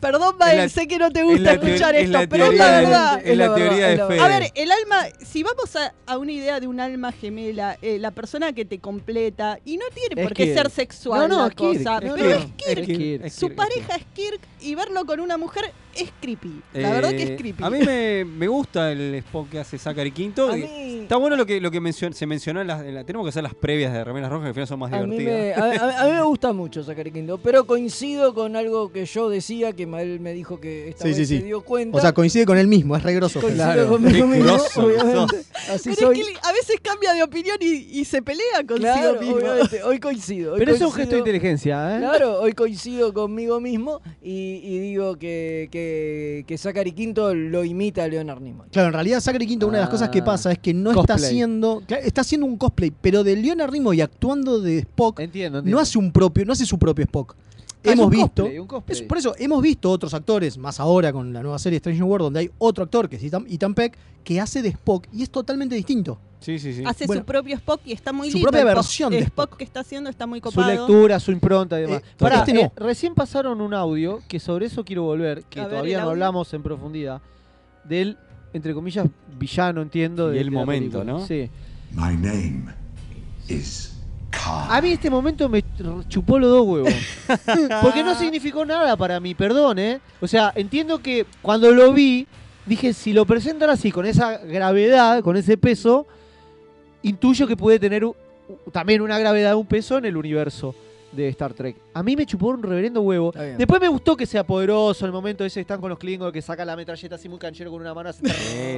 Speaker 4: Perdón,
Speaker 2: Es la-
Speaker 4: Bael, sé que no te gusta
Speaker 2: es la
Speaker 4: escuchar
Speaker 2: teor- es
Speaker 4: esto,
Speaker 2: la
Speaker 4: pero es la
Speaker 2: teoría de-
Speaker 4: verdad.
Speaker 2: es la teoría de Fede.
Speaker 4: A ver, el alma, si vamos a, a una idea de un alma gemela, eh, la persona que te completa, y no tiene
Speaker 5: Es
Speaker 4: por qué
Speaker 5: Kirk.
Speaker 4: ser sexual
Speaker 5: No, no,
Speaker 4: la
Speaker 5: es Kirk,
Speaker 4: cosa,
Speaker 5: es
Speaker 4: pero
Speaker 5: Kirk,
Speaker 4: es
Speaker 5: es
Speaker 4: Kirk.
Speaker 5: Kirk,
Speaker 2: es
Speaker 4: Su
Speaker 2: Kirk, es
Speaker 4: pareja es Kirk y verlo con una mujer es creepy. La
Speaker 2: Eh,
Speaker 4: verdad que es creepy.
Speaker 2: A mí me, me gusta el Spock que hace Zachary Quinto.
Speaker 1: A
Speaker 2: y
Speaker 1: mí-
Speaker 2: Está bueno lo que, lo que mencion- se mencionó en las, en la- Tenemos que hacer las previas de Remeras Rojas, que al final son más
Speaker 1: A mí,
Speaker 2: divertidas.
Speaker 1: me, a, a- a mí me gusta mucho Zachary Quinto, pero coincido con algo que yo decía, que Mael me dijo que esta
Speaker 3: Sí,
Speaker 1: vez
Speaker 3: sí,
Speaker 1: se
Speaker 3: sí.
Speaker 1: dio cuenta.
Speaker 3: O sea, coincide con él mismo, es regroso.
Speaker 1: Coincido
Speaker 3: Claro.
Speaker 1: conmigo
Speaker 2: Qué
Speaker 1: mismo,
Speaker 2: grosso que
Speaker 1: obviamente. Así
Speaker 4: pero
Speaker 1: soy.
Speaker 4: es que a veces cambia de opinión y, y se pelea consigo
Speaker 1: Claro,
Speaker 4: mismo.
Speaker 1: obviamente, hoy coincido. hoy
Speaker 5: Pero eso es un
Speaker 1: coincido.
Speaker 5: gesto de inteligencia, ¿eh?
Speaker 1: Claro, hoy coincido conmigo mismo y, y digo que, que, que Zachary Quinto lo imita a Leonard Nimoy.
Speaker 3: Claro, en realidad Sacre Quinto, una de las cosas que
Speaker 5: Ah.
Speaker 3: pasa es que no está
Speaker 5: Cosplay.
Speaker 3: haciendo. claro, Está haciendo un cosplay, pero de Leonard Nimoy actuando de Spock,
Speaker 5: Entiendo, entiendo.
Speaker 3: no hace un propio, no hace su propio Spock.
Speaker 5: Ah, es
Speaker 3: hemos
Speaker 5: un
Speaker 3: visto.
Speaker 5: cosplay, un cosplay.
Speaker 3: es- por eso hemos visto otros actores, más ahora con la nueva serie Strange World, donde hay otro actor que es Ethan, Ethan Peck, que hace de Spock y es totalmente distinto.
Speaker 2: Sí, sí, sí.
Speaker 4: Hace
Speaker 3: Bueno,
Speaker 4: su propio Spock y está muy
Speaker 3: su
Speaker 4: lindo.
Speaker 3: propia
Speaker 4: el post-
Speaker 3: versión de
Speaker 4: el Spock
Speaker 3: Spock.
Speaker 4: que está haciendo está muy
Speaker 5: Su
Speaker 4: copado.
Speaker 5: lectura, su impronta y demás.
Speaker 3: Eh,
Speaker 5: Pará,
Speaker 3: este no.
Speaker 5: eh, recién pasaron un audio, que sobre eso quiero volver, que
Speaker 4: A ver,
Speaker 5: todavía
Speaker 4: el
Speaker 5: no
Speaker 4: audio.
Speaker 5: hablamos en profundidad, del, entre comillas, villano, entiendo.
Speaker 2: Y
Speaker 5: de-
Speaker 2: el
Speaker 5: de la
Speaker 2: momento,
Speaker 5: película.
Speaker 2: ¿no?
Speaker 5: Sí.
Speaker 7: My name is Khan.
Speaker 5: A mí este momento me ch- chupó los dos huevos. Porque no significó nada para mí, perdón, ¿eh? O sea, entiendo que cuando lo vi, dije, si lo presentan así, con esa gravedad, con ese peso, intuyo que puede tener u- u- también una gravedad, un peso en el universo de Star Trek. A mí me chupó un reverendo huevo.
Speaker 1: Está bien.
Speaker 5: Después me gustó que sea poderoso el momento ese que están con los Klingons que saca la metralleta así muy canchero con una mano así.
Speaker 2: Sí,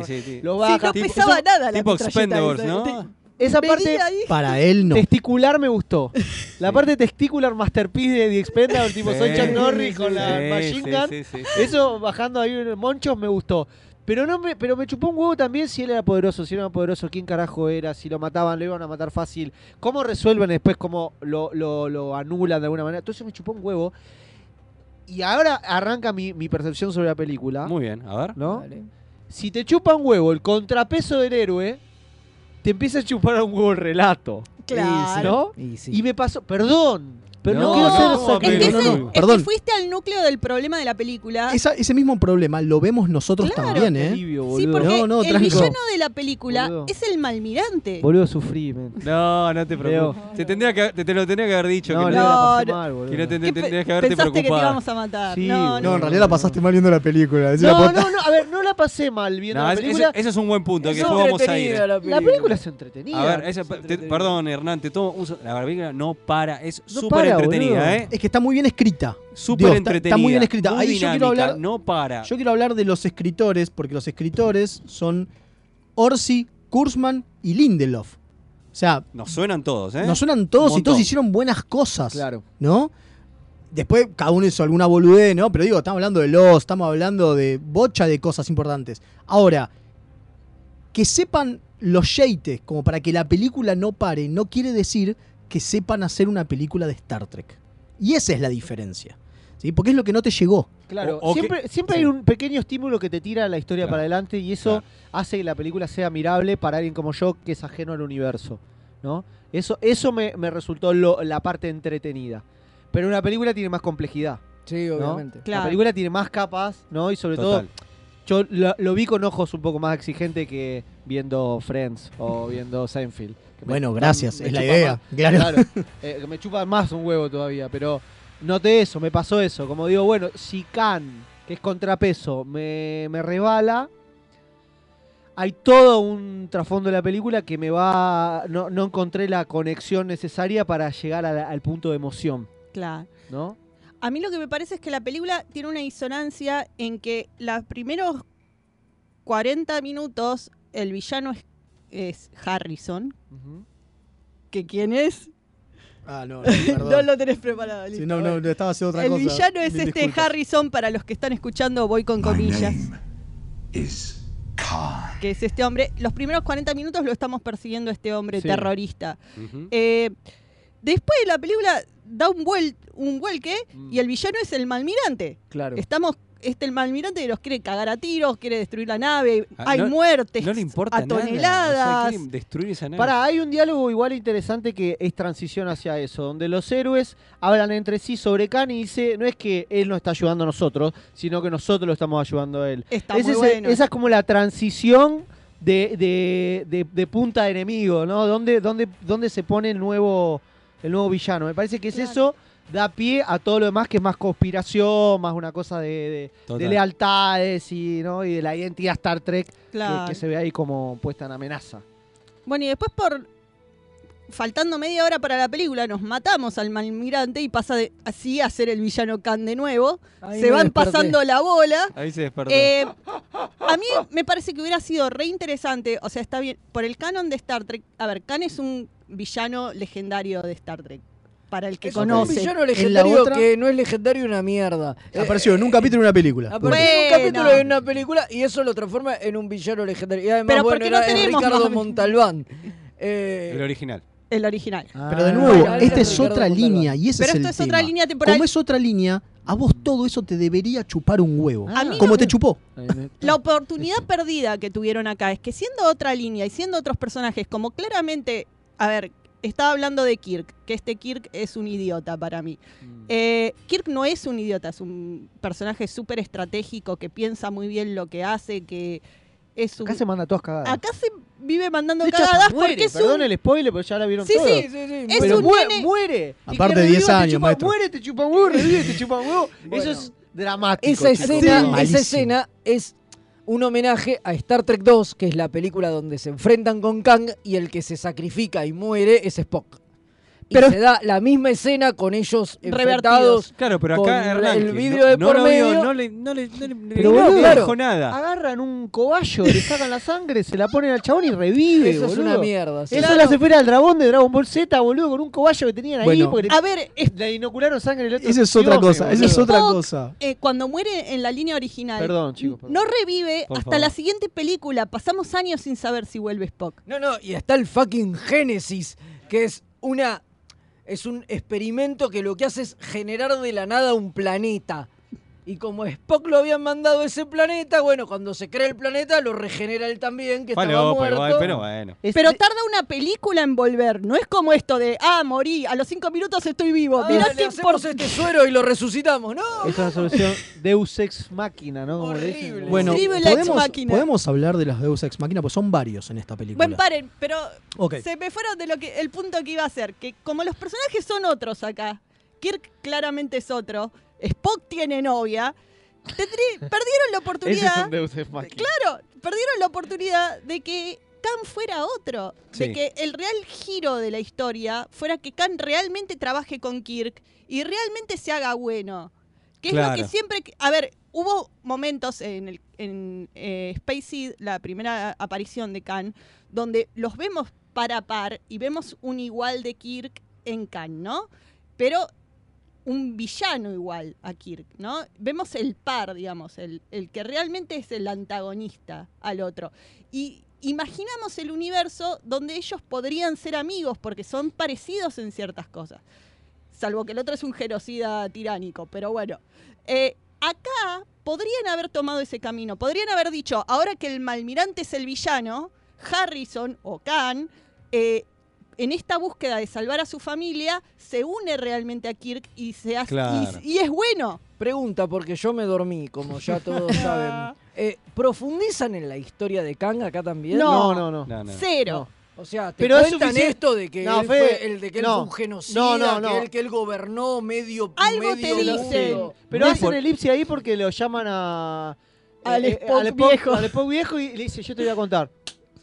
Speaker 2: sí, sí.
Speaker 5: Los
Speaker 4: Sí,
Speaker 5: baja.
Speaker 4: no pues, pesaba
Speaker 5: Eso-
Speaker 4: nada la
Speaker 2: tipo
Speaker 4: metralleta
Speaker 2: Expendables,
Speaker 4: esa, ¿viste?
Speaker 2: ¿no?
Speaker 5: Esa
Speaker 4: Venía
Speaker 5: parte
Speaker 4: ahí.
Speaker 3: Para él no.
Speaker 5: Testicular me gustó. La parte testicular masterpiece de The Expendable, tipo soy Chuck
Speaker 2: Sí,
Speaker 5: Norris con la
Speaker 2: sí,
Speaker 5: machine
Speaker 2: sí,
Speaker 5: gun.
Speaker 2: sí, sí, sí.
Speaker 5: Eso bajando ahí en el monchos me gustó. Pero no me, pero me chupó un huevo también si él era poderoso, si no era poderoso, quién carajo era, si lo mataban, lo iban a matar fácil, cómo resuelven después, cómo lo, lo- lo anulan de alguna manera. Entonces me chupó un huevo. Y ahora arranca mi, mi percepción sobre la película.
Speaker 2: Muy bien, a ver.
Speaker 5: ¿No?
Speaker 1: Dale.
Speaker 5: Si te chupa un huevo el contrapeso del héroe, te empieza a chupar a un huevo el relato.
Speaker 4: Claro.
Speaker 5: ¿No?
Speaker 1: Y sí.
Speaker 5: Y me pasó, perdón, pero no,
Speaker 2: No,
Speaker 5: quiero ser
Speaker 2: no,
Speaker 5: sac-
Speaker 4: Es que,
Speaker 2: pero
Speaker 4: ese-
Speaker 2: no,
Speaker 3: no.
Speaker 4: es que
Speaker 3: Perdón.
Speaker 4: fuiste al núcleo del problema de la película.
Speaker 3: Esa- ese mismo problema lo vemos nosotros
Speaker 4: Claro.
Speaker 3: también,
Speaker 5: Qué
Speaker 3: ¿eh?
Speaker 5: alivio,
Speaker 4: sí,
Speaker 5: boludo.
Speaker 4: porque
Speaker 3: No, no,
Speaker 4: el
Speaker 3: tranquilo.
Speaker 4: villano de la película
Speaker 5: Boludo.
Speaker 4: es el malmirante.
Speaker 5: Boludo, sufrí, men.
Speaker 2: No, no te
Speaker 5: Leo.
Speaker 2: preocupes. Te, tendría que, te, te lo tendría que haber dicho.
Speaker 5: No,
Speaker 2: que
Speaker 5: Leo, la
Speaker 4: no,
Speaker 5: pasé
Speaker 4: no.
Speaker 5: mal, boludo.
Speaker 2: que no te-
Speaker 4: ¿Qué pe-
Speaker 2: tendrías que haberte
Speaker 4: pensaste que te
Speaker 2: preocupado.
Speaker 4: íbamos a matar.
Speaker 5: Sí,
Speaker 4: no,
Speaker 5: boludo.
Speaker 4: no.
Speaker 3: No, en realidad la pasaste mal viendo la película. decir la
Speaker 5: No,
Speaker 3: posta.
Speaker 5: no, no, a ver, no la pasé mal viendo
Speaker 2: No,
Speaker 5: la
Speaker 2: ese-
Speaker 5: película.
Speaker 2: ese, ese es un buen punto,
Speaker 1: Es
Speaker 2: que después vamos a ir.
Speaker 1: entretenida la película.
Speaker 5: La película es entretenida.
Speaker 2: A ver, esa- te-
Speaker 1: entretenida.
Speaker 2: perdón, Hernán, te tomo un so- la película no para, es
Speaker 5: No
Speaker 2: súper
Speaker 5: para, boludo.
Speaker 2: entretenida, ¿eh?
Speaker 3: Es que está muy bien escrita.
Speaker 2: Súper
Speaker 3: Digo, está- Está
Speaker 2: entretenida.
Speaker 3: muy bien escrita. Ahí yo quiero
Speaker 2: dinámica,
Speaker 3: hablar.
Speaker 2: No para.
Speaker 3: Yo quiero hablar de los escritores, porque los escritores son Orsi, Kurzman y Lindelof. O sea,
Speaker 2: Nos suenan todos, ¿eh?
Speaker 3: nos suenan todos
Speaker 2: Un
Speaker 3: y todos
Speaker 2: montón.
Speaker 3: hicieron buenas cosas.
Speaker 5: Claro.
Speaker 3: ¿No? después cada uno hizo alguna boludez, ¿no? Pero digo, estamos hablando de los, estamos hablando de bocha de cosas importantes. Ahora, que sepan los yeites, como para que la película no pare, no quiere decir que sepan hacer una película de Star Trek. Y esa es la diferencia. ¿sí? Porque es lo que no te llegó.
Speaker 5: Claro,
Speaker 3: O- o
Speaker 5: siempre,
Speaker 3: que-
Speaker 5: siempre hay
Speaker 3: sí.
Speaker 5: un pequeño estímulo que te tira la historia para adelante y eso hace que la película sea mirable para alguien como yo que es ajeno al universo, ¿no? Eso, eso me, me resultó lo- la parte entretenida. Pero una película tiene más complejidad.
Speaker 1: Sí,
Speaker 5: ¿no?
Speaker 1: obviamente.
Speaker 5: La
Speaker 1: Claro.
Speaker 5: película tiene más capas, ¿no? Y sobre
Speaker 1: Total.
Speaker 5: todo, yo lo, lo vi con ojos un poco más exigentes que viendo Friends o viendo Seinfeld. que me-
Speaker 3: Bueno, gracias,
Speaker 5: me
Speaker 3: es la
Speaker 5: chupa
Speaker 3: idea, claro.
Speaker 5: eh, que me chupa más un huevo todavía, pero noté eso, me pasó eso. Como digo, bueno, si Khan, que es contrapeso, me, me rebala, hay todo un trasfondo de la película que me va. No, no encontré la conexión necesaria para llegar a la- al punto de emoción,
Speaker 4: Claro.
Speaker 5: ¿no?
Speaker 4: A mí lo que me parece es que la película tiene una disonancia en que los primeros 40 minutos el villano es, es Harrison. ¿Que quién es?
Speaker 3: Ah, no,
Speaker 4: perdón. No lo tenés preparado,
Speaker 3: Sí,
Speaker 4: listo,
Speaker 3: no, no,
Speaker 4: bueno.
Speaker 3: estaba haciendo otra
Speaker 4: el
Speaker 3: cosa.
Speaker 4: villano es
Speaker 3: Mil
Speaker 4: este
Speaker 3: disculpas.
Speaker 4: Harrison, para los que están escuchando, voy con comillas.
Speaker 21: is Khan.
Speaker 4: que es este hombre. Los primeros 40 minutos lo estamos persiguiendo a este hombre
Speaker 21: Sí.
Speaker 4: terrorista.
Speaker 21: Ujú.
Speaker 4: Eh, después la película da un, vuel un vuelque y el villano es el malmirante.
Speaker 5: Claro.
Speaker 4: Estamos. Este, el malmirante los quiere cagar a tiros, quiere destruir la nave,
Speaker 2: Ah,
Speaker 4: hay
Speaker 2: no-
Speaker 4: muertes
Speaker 2: No le importa
Speaker 4: a
Speaker 2: nada, o sea,
Speaker 4: toneladas.
Speaker 2: quieren destruir esa nave.
Speaker 5: Pará, hay un diálogo igual interesante que es transición hacia eso, donde los héroes hablan entre sí sobre Khan y dice, no es que él nos está ayudando a nosotros, sino que nosotros lo estamos ayudando a él.
Speaker 4: Está muy
Speaker 5: es-
Speaker 4: bueno.
Speaker 5: Esa es como la transición de, de- de- de punta de enemigo, ¿no? ¿Dónde, dónde, dónde se pone el nuevo, el nuevo villano? Me parece que es eso da pie a todo lo demás que es más conspiración, más una cosa de, de- de
Speaker 2: Total.
Speaker 5: lealtades y, ¿no? y de la identidad Star Trek que-
Speaker 4: Claro.
Speaker 5: que, se ve ahí como puesta en amenaza.
Speaker 4: Bueno, y después por faltando media hora para la película, nos matamos al malmirante y pasa de- así a ser el villano Khan de nuevo.
Speaker 2: Ahí
Speaker 4: se
Speaker 2: me
Speaker 4: van
Speaker 2: desperté.
Speaker 4: pasando la bola.
Speaker 2: Ahí se despertó.
Speaker 4: Eh, a mí me parece que hubiera sido re interesante, o sea, está bien, por el canon de Star Trek, a ver, Khan es un villano legendario de Star Trek, para el que
Speaker 1: Es
Speaker 4: conoce.
Speaker 1: un villano
Speaker 3: En la
Speaker 1: legendario
Speaker 3: otra-
Speaker 1: que no es legendario una mierda. Eh,
Speaker 3: Apareció en un capítulo de una película.
Speaker 1: Apareció en un capítulo de una película y eso lo transforma en un villano legendario. Y además,
Speaker 4: Pero ¿por
Speaker 1: bueno,
Speaker 4: qué no
Speaker 1: era es
Speaker 4: tenemos
Speaker 1: Ricardo
Speaker 4: más-
Speaker 1: Montalbán. Eh,
Speaker 2: El original.
Speaker 4: El original.
Speaker 3: Pero
Speaker 5: Ah,
Speaker 3: de nuevo,
Speaker 1: bueno,
Speaker 5: este
Speaker 3: esta
Speaker 1: ahí
Speaker 3: es
Speaker 1: está
Speaker 3: otra
Speaker 1: Ricardo Montalbán.
Speaker 3: línea y ese
Speaker 4: Pero
Speaker 3: es el
Speaker 4: esto es otra
Speaker 3: tema.
Speaker 4: línea temporal.
Speaker 3: Como es otra línea, a vos todo eso te debería chupar un huevo.
Speaker 5: Ah,
Speaker 4: A mí
Speaker 3: como
Speaker 4: no-
Speaker 3: te chupó.
Speaker 5: eh,
Speaker 4: La oportunidad perdida que tuvieron acá es que siendo otra línea y siendo otros personajes, como claramente, a ver, estaba hablando de Kirk, que este Kirk es un idiota para mí.
Speaker 5: Mm.
Speaker 4: Eh, Kirk no es un idiota, es un personaje súper estratégico que piensa muy bien lo que hace, que es un...
Speaker 5: Acá se manda todas cagadas.
Speaker 4: Acá se vive mandando
Speaker 5: De hecho, hasta
Speaker 4: cagadas
Speaker 5: muere,
Speaker 4: porque es
Speaker 5: perdón
Speaker 4: un...
Speaker 5: el spoiler, pero ya la vieron
Speaker 4: Sí,
Speaker 5: todos.
Speaker 4: sí, sí, sí, Es
Speaker 5: pero
Speaker 4: un
Speaker 5: muere,
Speaker 4: nene-
Speaker 5: muere. Y
Speaker 3: Aparte
Speaker 5: que
Speaker 3: de 10
Speaker 5: reviva, te
Speaker 3: años,
Speaker 5: chupa-
Speaker 3: maestro.
Speaker 5: Muere, te chupa un huevo, revive, te chupa un huevo. Eso es dramático.
Speaker 1: Esa
Speaker 5: chicos.
Speaker 1: escena, esa escena es un homenaje a Star Trek 2, que es la película donde se enfrentan con Kang y el que se sacrifica y muere es Spock. Pero se da la misma escena con ellos enfrentados.
Speaker 2: Claro, pero
Speaker 1: con
Speaker 2: acá Hernán,
Speaker 1: el
Speaker 2: que
Speaker 1: vidrio
Speaker 2: no,
Speaker 1: de
Speaker 2: no
Speaker 1: por
Speaker 2: lo vio,
Speaker 1: medio.
Speaker 2: no le, no le, no
Speaker 1: Pero
Speaker 2: le- no le
Speaker 1: boludo,
Speaker 2: dijo
Speaker 1: claro.
Speaker 2: nada.
Speaker 5: Agarran un cobayo, le sacan la sangre, se la ponen al chabón y revive,
Speaker 1: Eso es
Speaker 5: boludo.
Speaker 1: una mierda, sí.
Speaker 5: Eso
Speaker 1: Claro.
Speaker 5: es la esfera del dragón de Dragon Ball Z, boludo, con un cobayo que tenían ahí.
Speaker 3: Bueno.
Speaker 5: porque
Speaker 4: A ver,
Speaker 5: le inocularon sangre el otro.
Speaker 3: Esa es otra
Speaker 5: idioma,
Speaker 3: cosa, esa es
Speaker 5: boludo.
Speaker 3: otra
Speaker 4: Spock,
Speaker 3: cosa.
Speaker 4: eh, cuando muere en la línea original,
Speaker 5: Perdón, chicos. perdón.
Speaker 4: no revive
Speaker 5: Por
Speaker 4: hasta
Speaker 5: favor.
Speaker 4: la siguiente película. Pasamos años sin saber si vuelve Spock.
Speaker 1: No, no, y está el fucking Génesis, que es una. Es un experimento que lo que hace es generar de la nada un planeta. Y como Spock lo habían mandado a ese planeta, bueno, cuando se crea el planeta lo regenera él también, que estaba
Speaker 2: Falopa
Speaker 1: muerto.
Speaker 2: igual, pero bueno.
Speaker 5: Este
Speaker 4: Pero tarda una película en volver. No es como esto de, ah, morí, a los cinco minutos estoy vivo.
Speaker 1: Ah,
Speaker 4: Mirá
Speaker 1: le
Speaker 4: qué
Speaker 1: hacemos
Speaker 4: por-
Speaker 1: este suero y lo resucitamos, ¿no?
Speaker 5: Esta es la solución Deus Ex Machina, ¿no? Como le dicen.
Speaker 3: Bueno,
Speaker 4: Escribe la ex
Speaker 3: podemos,
Speaker 4: máquina.
Speaker 3: podemos hablar de los Deus Ex Máquina, pues son varios en esta película.
Speaker 4: Bueno, paren, pero
Speaker 3: Ok.
Speaker 4: se me fueron de lo que el punto que iba a hacer, que como los personajes son otros acá, Kirk claramente es otro, Spock tiene novia, tendrí- perdieron la
Speaker 5: Ese es
Speaker 4: oportunidad,
Speaker 5: un Deus Ex Machina.
Speaker 4: claro, perdieron la oportunidad de que Khan fuera otro,
Speaker 5: Sí.
Speaker 4: de que el real giro de la historia fuera que Khan realmente trabaje con Kirk y realmente se haga bueno. Que es lo
Speaker 2: Claro.
Speaker 4: que siempre. que- A ver, hubo momentos en, el, en eh, Space Seed, la primera aparición de Khan, donde los vemos par a par y vemos un igual de Kirk en Khan, ¿no? Pero un villano igual a Kirk, ¿no? Vemos el par, digamos, el, el que realmente es el antagonista al otro. Y imaginamos el universo donde ellos podrían ser amigos porque son parecidos en ciertas cosas. Salvo que el otro es un genocida tiránico, pero bueno. Eh, acá podrían haber tomado ese camino, podrían haber dicho, ahora que el malmirante es el villano, Harrison o Khan, eh, en esta búsqueda de salvar a su familia, se une realmente a Kirk y se hace
Speaker 22: Claro.
Speaker 4: y, y es bueno.
Speaker 1: Pregunta, porque yo me dormí, como ya todos saben. Eh, ¿Profundizan en la historia de Kang acá también?
Speaker 5: No. No, no, no. No, no.
Speaker 4: Cero.
Speaker 1: O sea, te
Speaker 5: Pero es
Speaker 1: cuentan
Speaker 5: sufici-
Speaker 1: esto de que
Speaker 5: No,
Speaker 1: él
Speaker 5: Fede,
Speaker 1: fue el de que él
Speaker 5: no.
Speaker 1: fue un genocida,
Speaker 5: No, no,
Speaker 1: que
Speaker 5: no.
Speaker 1: él que él gobernó medio
Speaker 4: Algo te
Speaker 1: medio
Speaker 4: dicen.
Speaker 1: mundo.
Speaker 5: Pero
Speaker 1: No
Speaker 5: hacen
Speaker 1: por-
Speaker 5: elipse ahí porque lo llaman a.
Speaker 4: Al
Speaker 5: eh,
Speaker 4: Spock viejo.
Speaker 5: Al Spock viejo y le dice, yo te voy a contar.